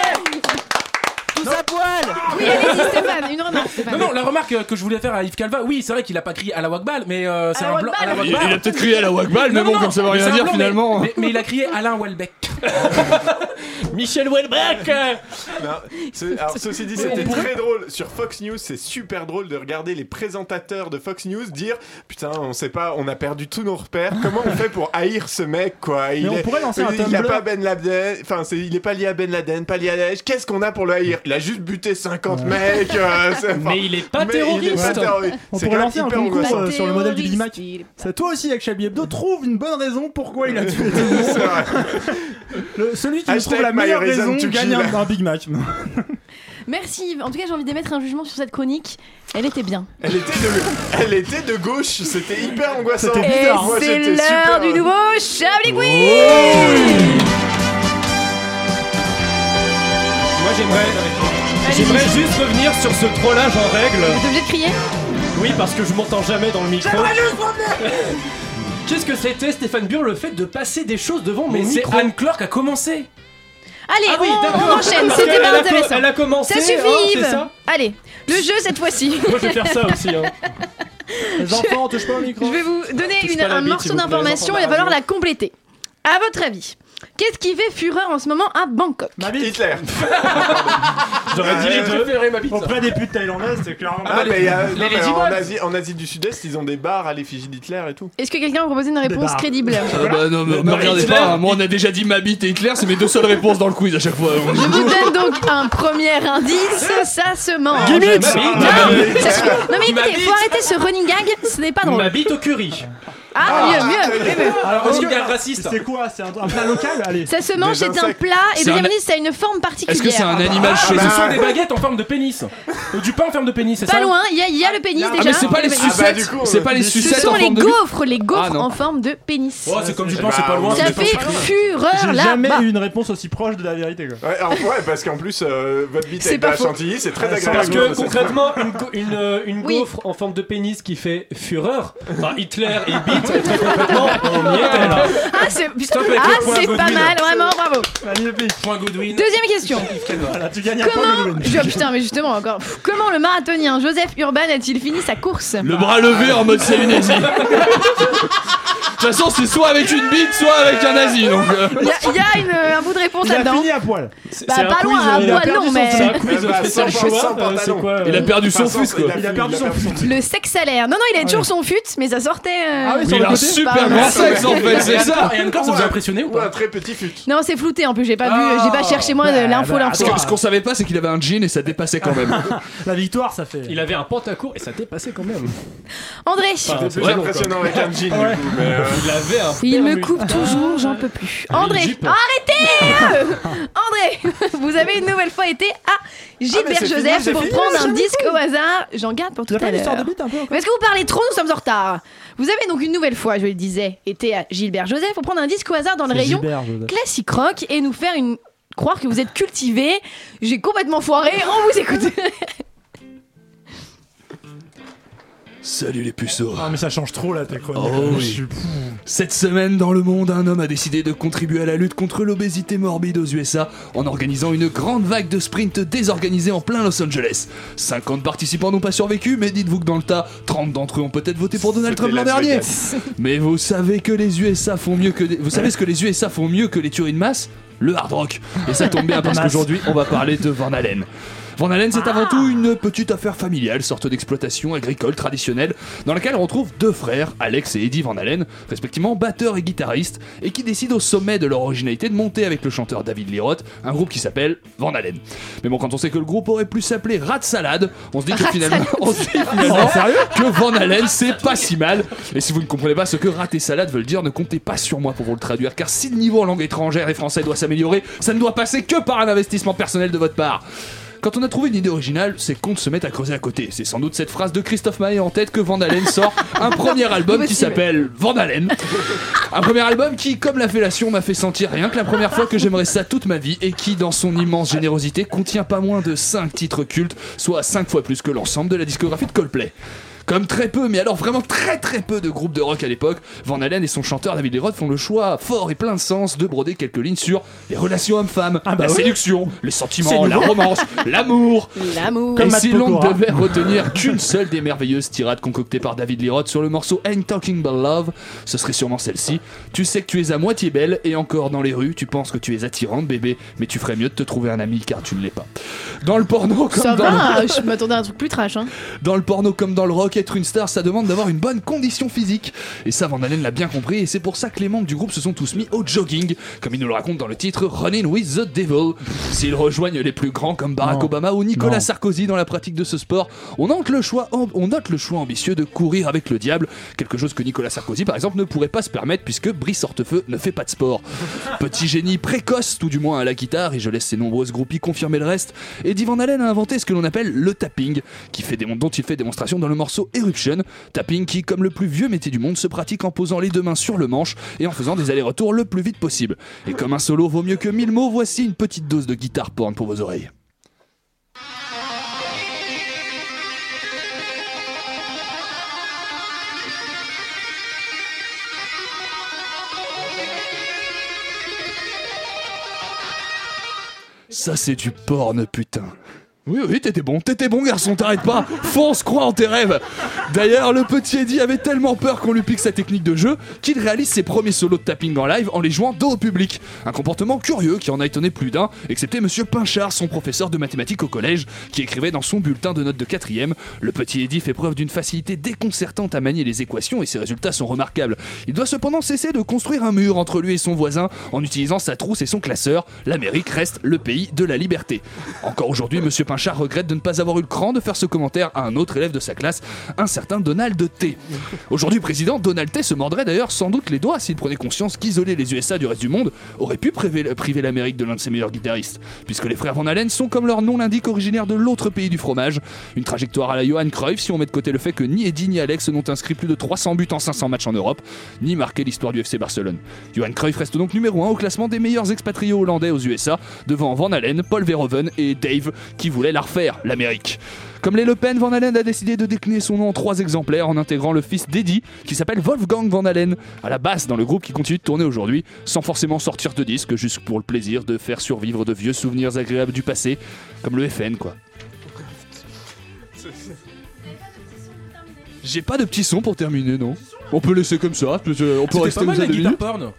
[SPEAKER 15] Tous à poil
[SPEAKER 2] Oui, allez-y Stéphane, une remarque
[SPEAKER 15] Non,
[SPEAKER 2] Stéphane.
[SPEAKER 15] non, la remarque euh, que je voulais faire à Yves Calva, oui, c'est vrai qu'il a pas crié à la Wagbal, mais euh, c'est un blanc.
[SPEAKER 2] Wagbal.
[SPEAKER 15] Allah
[SPEAKER 4] Il,
[SPEAKER 15] Akbar.
[SPEAKER 4] il a peut-être crié à la Wagbal, mais
[SPEAKER 15] Non,
[SPEAKER 4] bon,
[SPEAKER 15] non,
[SPEAKER 4] comme ça veut
[SPEAKER 15] mais c'est
[SPEAKER 4] rien
[SPEAKER 15] un
[SPEAKER 4] dire
[SPEAKER 15] blanc, mais-
[SPEAKER 4] finalement.
[SPEAKER 15] Mais, mais il a crié Alain Welbeck.
[SPEAKER 1] Michel Houellebecq
[SPEAKER 12] Non, ce- alors, ceci dit, c'était très drôle. Sur Fox News, c'est super drôle de regarder les présentateurs de Fox News dire Putain, on sait pas, on a perdu tous nos repères. Comment on fait pour haïr ce mec, quoi il
[SPEAKER 13] Mais on
[SPEAKER 12] est-
[SPEAKER 13] pourrait lancer un
[SPEAKER 12] Il a
[SPEAKER 13] Tumblr.
[SPEAKER 12] pas Ben Laden, enfin, c'est- il est pas lié à Ben Laden, pas lié à Daesh. Qu'est-ce qu'on a pour le haïr Il a juste buté 50 mecs. euh, c'est- enfin,
[SPEAKER 1] Mais il est pas
[SPEAKER 12] mais il est pas
[SPEAKER 1] terroriste.
[SPEAKER 12] terroriste.
[SPEAKER 13] On
[SPEAKER 12] C'est
[SPEAKER 13] pourrait
[SPEAKER 12] quand
[SPEAKER 13] lancer un
[SPEAKER 12] même hyper
[SPEAKER 13] concours
[SPEAKER 12] angoissant.
[SPEAKER 13] euh, sur le modèle du Big Mac.
[SPEAKER 2] Terroriste, il est
[SPEAKER 13] C'est toi aussi avec Chablis Hebdo trouve une bonne raison pourquoi il a tué tout le
[SPEAKER 12] C'est
[SPEAKER 13] monde.
[SPEAKER 12] vrai.
[SPEAKER 13] Le- celui qui
[SPEAKER 12] Hashtag
[SPEAKER 13] trouve la meilleure
[SPEAKER 12] my reason
[SPEAKER 13] raison
[SPEAKER 12] to
[SPEAKER 13] gagne
[SPEAKER 12] kill.
[SPEAKER 13] un, un Big Mac.
[SPEAKER 2] Merci. En tout cas, j'ai envie d'émettre un jugement sur cette chronique. Elle était bien.
[SPEAKER 12] Elle était de, elle était de gauche, c'était hyper angoissant.
[SPEAKER 2] Et
[SPEAKER 12] Moi,
[SPEAKER 2] c'est
[SPEAKER 12] j'étais
[SPEAKER 2] l'heure
[SPEAKER 12] super-
[SPEAKER 2] du nouveau Chablis Quiz
[SPEAKER 15] Oh.
[SPEAKER 13] Oh.
[SPEAKER 1] Moi j'aimerais, j'aimerais juste revenir sur ce trollage en
[SPEAKER 2] Vous êtes
[SPEAKER 1] règle.
[SPEAKER 2] obligé de crier
[SPEAKER 1] Oui, parce que je m'entends jamais dans le micro.
[SPEAKER 2] J'aimerais juste revenir
[SPEAKER 1] Qu'est-ce que c'était, Stéphane Bure, le fait de passer des choses devant
[SPEAKER 15] Mais
[SPEAKER 1] mon
[SPEAKER 15] c'est
[SPEAKER 1] micro
[SPEAKER 15] Anne Clark qui a commencé.
[SPEAKER 2] Allez,
[SPEAKER 1] Ah oui,
[SPEAKER 2] on,
[SPEAKER 1] d'accord.
[SPEAKER 2] on enchaîne,
[SPEAKER 1] Parce
[SPEAKER 2] c'était
[SPEAKER 1] qu'elle
[SPEAKER 2] pas
[SPEAKER 1] a co-
[SPEAKER 2] intéressant.
[SPEAKER 1] elle a commencé,
[SPEAKER 2] Ça suffit,
[SPEAKER 1] hein, c'est
[SPEAKER 2] Yves.
[SPEAKER 1] ça
[SPEAKER 2] Allez, le jeu cette fois-ci.
[SPEAKER 1] Moi je vais faire ça aussi. Hein.
[SPEAKER 2] Je-
[SPEAKER 1] Les enfants, touche pas au micro.
[SPEAKER 2] Je vais vous donner
[SPEAKER 1] Touche
[SPEAKER 2] une-
[SPEAKER 1] pas la
[SPEAKER 2] un
[SPEAKER 1] bite,
[SPEAKER 2] morceau
[SPEAKER 1] s'il vous plaît,
[SPEAKER 2] d'information,
[SPEAKER 1] les
[SPEAKER 2] il va
[SPEAKER 1] enfants de la
[SPEAKER 2] falloir la compléter. À votre avis, qu'est-ce qui fait fureur en ce moment à Bangkok
[SPEAKER 12] Hitler.
[SPEAKER 13] J'aurais dit les deux.
[SPEAKER 15] préféré ma pizza.
[SPEAKER 13] Auprès des putes thaïlandaises, c'est clairement.
[SPEAKER 12] Ah, mais, euh, non, mais en,
[SPEAKER 13] Ladybugs.
[SPEAKER 12] Asie, en Asie du Sud-Est, ils ont des bars à l'effigie d'Hitler et tout.
[SPEAKER 2] Est-ce que quelqu'un a proposé une réponse
[SPEAKER 12] barres.
[SPEAKER 2] crédible
[SPEAKER 4] Ah bah non, mais me regardez
[SPEAKER 12] Hitler-
[SPEAKER 4] pas, hein, moi on a déjà dit ma bite et Hitler, c'est mes deux seules réponses dans le quiz à chaque fois.
[SPEAKER 2] Je vous donne donc un premier indice, ça se mange.
[SPEAKER 4] Gimme it.
[SPEAKER 2] Non,
[SPEAKER 4] Ma bite.
[SPEAKER 2] ça suffit. Non mais
[SPEAKER 1] Ma
[SPEAKER 2] écoutez,
[SPEAKER 1] bite.
[SPEAKER 2] faut arrêter ce running gag, ce n'est pas drôle.
[SPEAKER 1] Ma bite au curry.
[SPEAKER 2] Ah, mieux, mieux. Oui, oui.
[SPEAKER 1] Alors, est-ce
[SPEAKER 13] est-ce
[SPEAKER 1] qu'il y a un raciste
[SPEAKER 13] C'est quoi C'est un, un plat local Allez.
[SPEAKER 2] Ça
[SPEAKER 12] Bah,
[SPEAKER 2] se mange, c'est un plat, et
[SPEAKER 15] C'est
[SPEAKER 2] deuxième
[SPEAKER 15] un-
[SPEAKER 2] indice, ça a une forme particulière.
[SPEAKER 15] Ah, bah, chez Ce sont des baguettes en forme de pénis. Ou Du pain en forme de pénis, c'est ça
[SPEAKER 2] Pas loin, il y, a- il y a le pénis
[SPEAKER 15] Ah,
[SPEAKER 2] déjà.
[SPEAKER 15] mais c'est pas les
[SPEAKER 2] Ah,
[SPEAKER 15] sucettes,
[SPEAKER 2] bah, du coup,
[SPEAKER 15] c'est pas les
[SPEAKER 2] Ce
[SPEAKER 15] sucettes
[SPEAKER 2] sont
[SPEAKER 15] en
[SPEAKER 2] les
[SPEAKER 15] forme de-
[SPEAKER 2] gaufres, les gaufres
[SPEAKER 15] Ah, non.
[SPEAKER 2] en forme de pénis.
[SPEAKER 15] Oh, c'est comme du pain, c'est pas loin.
[SPEAKER 2] Ça
[SPEAKER 15] mais
[SPEAKER 2] fait
[SPEAKER 15] pas-
[SPEAKER 2] fureur
[SPEAKER 13] J'ai
[SPEAKER 2] là.
[SPEAKER 13] jamais eu une réponse aussi proche de la vérité. Quoi.
[SPEAKER 12] Ouais, alors, ouais, parce qu'en plus, euh, votre bite
[SPEAKER 1] C'est
[SPEAKER 12] avec de
[SPEAKER 1] pas
[SPEAKER 12] la
[SPEAKER 1] faux.
[SPEAKER 12] chantilly, c'est très
[SPEAKER 1] Euh, Parce
[SPEAKER 12] agréable.
[SPEAKER 1] que concrètement, une, go- une, euh, une
[SPEAKER 12] Oui.
[SPEAKER 1] gaufre en forme de pénis qui fait fureur, enfin Hitler et bite, très complètement, on y était là.
[SPEAKER 2] Ah, c'est
[SPEAKER 1] Stop avec le
[SPEAKER 2] Ah,
[SPEAKER 1] point
[SPEAKER 2] c'est
[SPEAKER 1] Godwin.
[SPEAKER 2] pas mal, vraiment, bravo.
[SPEAKER 15] Point Goodwin.
[SPEAKER 2] Deuxième question.
[SPEAKER 13] Voilà, tu gagnes un point,
[SPEAKER 2] Comment
[SPEAKER 13] Godwin.
[SPEAKER 2] Je- putain mais justement encore Pff, comment le marathonien Joseph Urban a-t-il fini sa course
[SPEAKER 4] Le bras levé en mode c'est une nazi. De toute façon, c'est soit avec une bite, soit avec un nazi. Donc, euh.
[SPEAKER 2] Ah, Il y a, il y a une- un bout de réponse
[SPEAKER 4] Il a
[SPEAKER 2] là-dedans.
[SPEAKER 4] fini
[SPEAKER 13] à poil.
[SPEAKER 2] Bah
[SPEAKER 4] c'est un
[SPEAKER 2] pas
[SPEAKER 4] quiz,
[SPEAKER 2] loin,
[SPEAKER 4] euh, il a
[SPEAKER 2] à poil
[SPEAKER 4] perdu
[SPEAKER 2] non
[SPEAKER 4] son-
[SPEAKER 2] mais.
[SPEAKER 4] c'est un quiz
[SPEAKER 3] Eh
[SPEAKER 12] Bah,
[SPEAKER 4] spécial
[SPEAKER 12] sans-
[SPEAKER 4] Shoah,
[SPEAKER 12] sans pantalon.
[SPEAKER 4] euh, c'est quoi, euh,
[SPEAKER 12] Il a perdu son
[SPEAKER 4] Enfin, sans-
[SPEAKER 12] fus, quoi.
[SPEAKER 4] il a- il a perdu son fus.
[SPEAKER 2] Le sexe à l'air. Non non il a toujours son fut mais ça sortait. euh,
[SPEAKER 4] oui, Oui, sur le il a un côté. super
[SPEAKER 2] Pardon.
[SPEAKER 4] grand sexe, en fait, c'est ça.
[SPEAKER 15] Et encore, ça vous a impressionné ou
[SPEAKER 12] pas Un très petit fut.
[SPEAKER 2] Non c'est flouté en plus j'ai pas vu j'ai pas
[SPEAKER 13] Ah,
[SPEAKER 2] cherché moi
[SPEAKER 13] bah,
[SPEAKER 2] de l'info
[SPEAKER 4] Parce
[SPEAKER 2] l'info.
[SPEAKER 4] que- ce qu'on savait pas, c'est qu'il avait un jean et ça dépassait quand même.
[SPEAKER 13] La victoire, ça fait.
[SPEAKER 1] Il avait un pantacourt et ça dépassait quand même.
[SPEAKER 2] André.
[SPEAKER 1] C'était plus impressionnant avec un jean, du
[SPEAKER 12] Ouais.
[SPEAKER 1] coup, mais, euh, Il avait un.
[SPEAKER 2] Il me coupe
[SPEAKER 13] Ah.
[SPEAKER 2] toujours, j'en peux plus. André,
[SPEAKER 1] Jeep.
[SPEAKER 2] arrêtez André, vous avez une nouvelle fois été à Gilbert
[SPEAKER 13] Ah, mais c'est fini,
[SPEAKER 2] Joseph
[SPEAKER 13] c'est
[SPEAKER 2] pour
[SPEAKER 13] fini,
[SPEAKER 2] prendre un
[SPEAKER 13] j'avais
[SPEAKER 2] disque au hasard. J'en garde pour tout
[SPEAKER 13] pas
[SPEAKER 2] à l'heure.
[SPEAKER 13] l'histoire de bite un peu, encore
[SPEAKER 2] Mais est-ce que vous parlez trop Nous sommes en retard. Vous avez donc une nouvelle fois, je le disais, été à Gilbert Joseph pour prendre un disque au hasard dans le
[SPEAKER 13] C'est
[SPEAKER 2] rayon
[SPEAKER 13] Gilbert Joseph.
[SPEAKER 2] classique rock et nous faire une croire que vous êtes cultivé. J'ai complètement foiré. On vous écoute.
[SPEAKER 4] Salut les puceaux.
[SPEAKER 13] Ah, mais ça change trop là, tes chroniques.
[SPEAKER 4] Oh
[SPEAKER 13] Je
[SPEAKER 4] oui.
[SPEAKER 13] suis-
[SPEAKER 4] Cette semaine, dans le monde, un homme a décidé de contribuer à la lutte contre l'obésité morbide aux USA en organisant une grande vague de sprints désorganisés en plein Los Angeles. 50 participants n'ont pas survécu, mais dites-vous que dans le tas, 30 d'entre eux ont peut-être voté pour Donald
[SPEAKER 12] C'était
[SPEAKER 4] Trump l'an
[SPEAKER 12] Las
[SPEAKER 4] dernier.
[SPEAKER 12] Vegas.
[SPEAKER 4] Mais vous savez que les USA font mieux que des- vous savez ce que les USA font mieux que les tueries de masse Le hard rock. Et ça tombe bien parce
[SPEAKER 12] Masse.
[SPEAKER 4] qu'aujourd'hui, on va parler de Van Halen. Van Halen, c'est
[SPEAKER 12] Ah.
[SPEAKER 4] avant tout une petite affaire familiale, sorte d'exploitation agricole traditionnelle, dans laquelle on retrouve deux frères, Alex et Eddie Van Halen, respectivement batteurs et guitaristes, et qui décident au sommet de leur originalité de monter avec le chanteur David Liroth un groupe qui s'appelle Van Halen. Mais bon, quand on sait que le groupe aurait pu s'appeler Rat Salade, on se dit que
[SPEAKER 12] Rat
[SPEAKER 4] finalement,
[SPEAKER 12] Salade.
[SPEAKER 4] on se dit finalement que Van Halen, c'est pas si mal. Et si vous ne comprenez pas ce que rat et salade veulent dire, ne comptez pas sur moi pour vous le traduire, car si le niveau en langue étrangère et français doit s'améliorer, ça ne doit passer que par un investissement personnel de votre part. Quand on a trouvé une idée originale, c'est qu'on se mette à creuser à côté. C'est sans doute cette phrase de Christophe Maé en tête que Van Halen sort un premier album qui
[SPEAKER 12] Possible.
[SPEAKER 4] s'appelle Van Halen. Un premier album qui, comme la fellation, m'a fait sentir rien que la première fois que j'aimerais ça toute ma vie et qui, dans son immense générosité, contient pas moins de 5 titres cultes, soit 5 fois plus que l'ensemble de la discographie de Coldplay. Comme très peu, mais alors vraiment très très peu de groupes de rock à l'époque, Van Halen et son chanteur David Lee Roth font le choix fort et plein de sens de broder quelques lignes sur les relations hommes-femmes,
[SPEAKER 13] Ah bah
[SPEAKER 4] la
[SPEAKER 13] oui.
[SPEAKER 4] séduction, les
[SPEAKER 13] C'est
[SPEAKER 4] sentiments,
[SPEAKER 13] nouveau.
[SPEAKER 4] la romance, l'amour,
[SPEAKER 2] L'amour.
[SPEAKER 4] et si l'on
[SPEAKER 13] Pokora.
[SPEAKER 4] ne devait retenir qu'une seule des merveilleuses tirades concoctées par David Liroth sur le morceau Ain't Talking About Love, ce serait sûrement celle-ci. Tu sais que tu es à moitié belle et encore dans les rues, tu penses que tu es attirante bébé, mais tu ferais mieux de te trouver un ami car tu ne l'es pas. Dans le porno comme
[SPEAKER 2] Ça
[SPEAKER 4] dans
[SPEAKER 2] va,
[SPEAKER 4] le...
[SPEAKER 2] je m'attendais à un truc plus trash. Hein.
[SPEAKER 4] Dans le porno comme dans le rock, qu'être une star, ça demande d'avoir une bonne condition physique. Et ça, Van Halen l'a bien compris, et c'est pour ça que les membres du groupe se sont tous mis au jogging, comme il nous le raconte dans le titre Running with the Devil. S'ils rejoignent les plus grands comme Barack
[SPEAKER 13] Non.
[SPEAKER 4] Obama ou Nicolas
[SPEAKER 13] Non.
[SPEAKER 4] Sarkozy dans la pratique de ce sport, on note, le choix, on note le choix ambitieux de courir avec le diable, quelque chose que Nicolas Sarkozy, par exemple, ne pourrait pas se permettre puisque Brice Hortefeux ne fait pas de sport. Petit génie précoce, tout du moins à la guitare, et je laisse ses nombreuses groupies confirmer le reste, Eddie Van Halen a inventé ce que l'on appelle le tapping, qui fait démon- dont il fait démonstration dans le morceau Eruption, tapping qui, comme le plus vieux métier du monde, se pratique en posant les deux mains sur le manche et en faisant des allers-retours le plus vite possible. Et comme un solo vaut mieux que mille mots, voici une petite dose de guitare porn pour vos oreilles. Ça, c'est du porn, putain. Oui, oui, t'étais bon, t'étais bon, garçon, t'arrêtes pas. Fonce, crois en tes rêves. D'ailleurs, le petit Eddie avait tellement peur qu'on lui pique sa technique de jeu qu'il réalise ses premiers solos de tapping en live en les jouant dos au public. Un comportement curieux qui en a étonné plus d'un, excepté Monsieur Pinchard, son professeur de mathématiques au collège, qui écrivait dans son bulletin de notes de quatrième Le petit Eddie fait preuve d'une facilité déconcertante à manier les équations et ses résultats sont remarquables. Il doit cependant cesser de construire un mur entre lui et son voisin en utilisant sa trousse et son classeur. L'Amérique reste le pays de la liberté. Encore aujourd'hui, Monsieur Pinchard regrette de ne pas avoir eu le cran de faire ce commentaire à un autre élève de sa classe, un certain Donald T. Aujourd'hui président, Donald T se mordrait d'ailleurs sans doute les doigts s'il prenait conscience qu'isoler les USA du reste du monde aurait pu priver, priver l'Amérique de l'un de ses meilleurs guitaristes, puisque les frères Van Halen sont, comme leur nom l'indique, originaires de l'autre pays du fromage. Une trajectoire à la Johan Cruyff si on met de côté le fait que ni Eddie ni Alex n'ont inscrit plus de 300 buts en 500 matchs en Europe, ni marqué l'histoire du FC Barcelone. Johan Cruyff reste donc numéro 1 au classement des meilleurs expatriés hollandais aux USA, devant Van Halen, Paul Verhoeven et Dave, qui voulaient la refaire, l'Amérique. Comme les Le Pen, Van Halen a décidé de décliner son nom en trois exemplaires en intégrant le fils d'Eddie, qui s'appelle Wolfgang Van Halen, à la basse dans le groupe qui continue de tourner aujourd'hui, sans forcément sortir de disque, juste pour le plaisir de faire survivre de vieux souvenirs agréables du passé, comme le FN quoi.
[SPEAKER 1] Ah,
[SPEAKER 4] J'ai pas de petit son pour terminer, non On peut laisser comme ça, parce que on peut
[SPEAKER 15] C'était
[SPEAKER 4] rester
[SPEAKER 15] pas
[SPEAKER 4] comme
[SPEAKER 15] mal
[SPEAKER 4] ça
[SPEAKER 15] la
[SPEAKER 4] deux
[SPEAKER 15] guitare
[SPEAKER 4] minutes.
[SPEAKER 15] porn.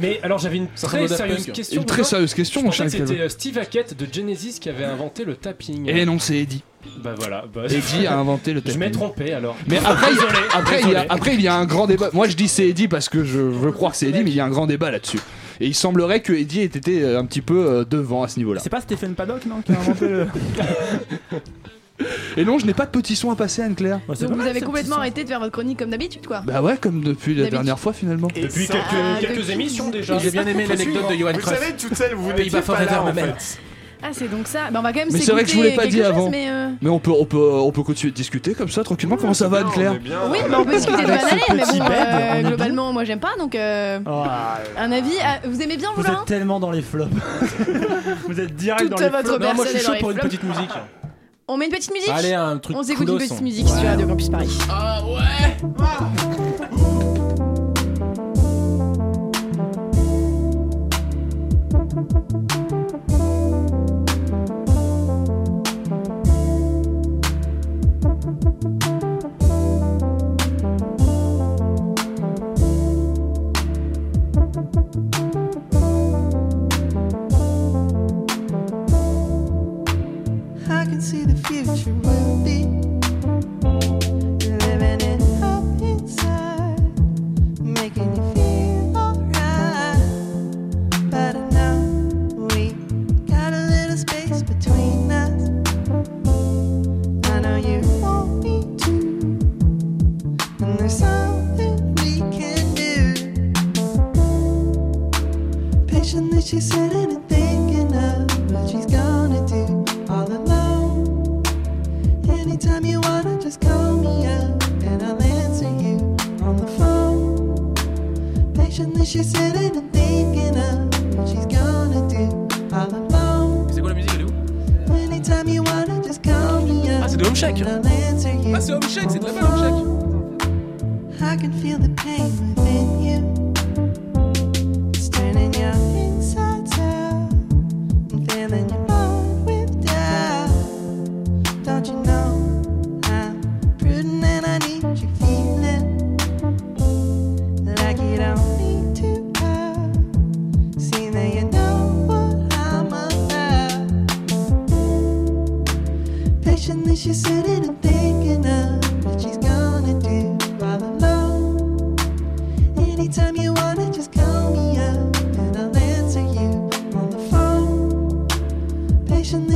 [SPEAKER 1] Mais alors j'avais une
[SPEAKER 15] Ça
[SPEAKER 1] très
[SPEAKER 15] ressemble à
[SPEAKER 1] sérieuse
[SPEAKER 15] Punk.
[SPEAKER 1] question.
[SPEAKER 4] Une très
[SPEAKER 1] Jean.
[SPEAKER 4] sérieuse question,
[SPEAKER 1] Je
[SPEAKER 4] mon
[SPEAKER 1] pensais
[SPEAKER 4] cher
[SPEAKER 1] que c'était
[SPEAKER 4] Nicolas.
[SPEAKER 1] euh, Steve Hackett de Genesis qui avait inventé le tapping.
[SPEAKER 4] Eh non, c'est Eddie.
[SPEAKER 1] Bah voilà. bah-
[SPEAKER 4] Eddie a inventé le
[SPEAKER 1] Je
[SPEAKER 4] tapping.
[SPEAKER 1] m'ai trompé alors.
[SPEAKER 4] Mais après, il-
[SPEAKER 1] Désolé,
[SPEAKER 4] après, il y a,
[SPEAKER 1] désolé.
[SPEAKER 4] après, il y a un grand débat. Moi, je dis c'est Eddie parce que je veux croire que c'est Eddie, mais il y a un grand débat là-dessus. Et il semblerait que Eddie ait été euh, un petit peu euh, devant à ce niveau-là.
[SPEAKER 13] C'est pas Stephen Paddock, non, qui a inventé le.
[SPEAKER 4] Et non, je n'ai pas de petits soins à passer, Anne-Claire.
[SPEAKER 2] Donc vous avez complètement arrêté de faire votre chronique comme d'habitude, quoi.
[SPEAKER 4] Bah ouais, comme depuis la
[SPEAKER 2] D'habitude.
[SPEAKER 4] dernière fois finalement.
[SPEAKER 1] Depuis
[SPEAKER 2] quelques- Ah, quelques depuis-
[SPEAKER 1] émissions, déjà.
[SPEAKER 15] J'ai bien aimé
[SPEAKER 1] Faut
[SPEAKER 15] l'anecdote de
[SPEAKER 1] suivre.
[SPEAKER 15] Johan
[SPEAKER 1] Vous
[SPEAKER 15] Cruyff.
[SPEAKER 1] savez,
[SPEAKER 12] toutes celles où vous
[SPEAKER 15] Pays
[SPEAKER 12] n'étiez
[SPEAKER 15] bas
[SPEAKER 12] pas là,
[SPEAKER 15] forever,
[SPEAKER 12] en
[SPEAKER 15] ma mère.
[SPEAKER 12] fait.
[SPEAKER 2] Ah, c'est donc ça. Bah, on va quand même
[SPEAKER 4] Mais c'est vrai que je vous l'ai pas
[SPEAKER 2] s'écouter
[SPEAKER 4] dit
[SPEAKER 2] quelque
[SPEAKER 4] avant.
[SPEAKER 2] chose, mais, euh,
[SPEAKER 4] Mais on peut, on peut, on peut continuer de discuter comme ça tranquillement. Comment ça va, Anne-Claire
[SPEAKER 2] Oui, mais on Ah, peut discuter de
[SPEAKER 4] Avec
[SPEAKER 2] Van
[SPEAKER 4] ce
[SPEAKER 2] Halen, mais
[SPEAKER 4] petit
[SPEAKER 2] bon,
[SPEAKER 4] bed,
[SPEAKER 2] euh,
[SPEAKER 4] Ah, bah, on est Oh.
[SPEAKER 2] globalement, moi j'aime pas, donc euh,
[SPEAKER 3] Oh,
[SPEAKER 2] un avis. à- Vous aimez bien, vous,
[SPEAKER 13] Vous
[SPEAKER 2] là
[SPEAKER 13] êtes tellement dans les flops. Vous êtes direct
[SPEAKER 2] Toute
[SPEAKER 13] dans les
[SPEAKER 2] votre
[SPEAKER 13] flops.
[SPEAKER 2] Non, moi, je suis personne chaud est dans pour les une flops.
[SPEAKER 15] Petite musique.
[SPEAKER 2] On met une petite musique
[SPEAKER 15] Allez, un truc
[SPEAKER 2] On s'écoute une
[SPEAKER 15] coolos,
[SPEAKER 2] petite
[SPEAKER 15] hein.
[SPEAKER 2] musique sur Radio Campus Paris.
[SPEAKER 17] Ah ouais
[SPEAKER 22] I can see the future will be living it up inside, making you feel alright. But now we got a little space between us. I know you want me to, and there's something we can do. Patiently she's sitting and thinking of what she's gonna do all alone. Anytime you wanna, just call me up and I'll answer you on the phone. Patiently she's sitting and thinking of what she's gonna do all alone.
[SPEAKER 15] C'est quoi la musique Elle est où
[SPEAKER 22] Anytime you wanna, just call me up.
[SPEAKER 15] Ah, c'est de Home Shake.
[SPEAKER 22] and I'll answer you
[SPEAKER 15] Ah, c'est Home Shake, c'est très
[SPEAKER 22] on
[SPEAKER 15] bien
[SPEAKER 22] the
[SPEAKER 15] Home Shake.
[SPEAKER 22] phone. I can feel the pain within you. It's turning your insides out and filling your heart with doubt. Don't you know I'm prudent and I need you feeling like you don't need to hide. See that you know what I'm about. Patiently she's sitting and thinking of what she's gonna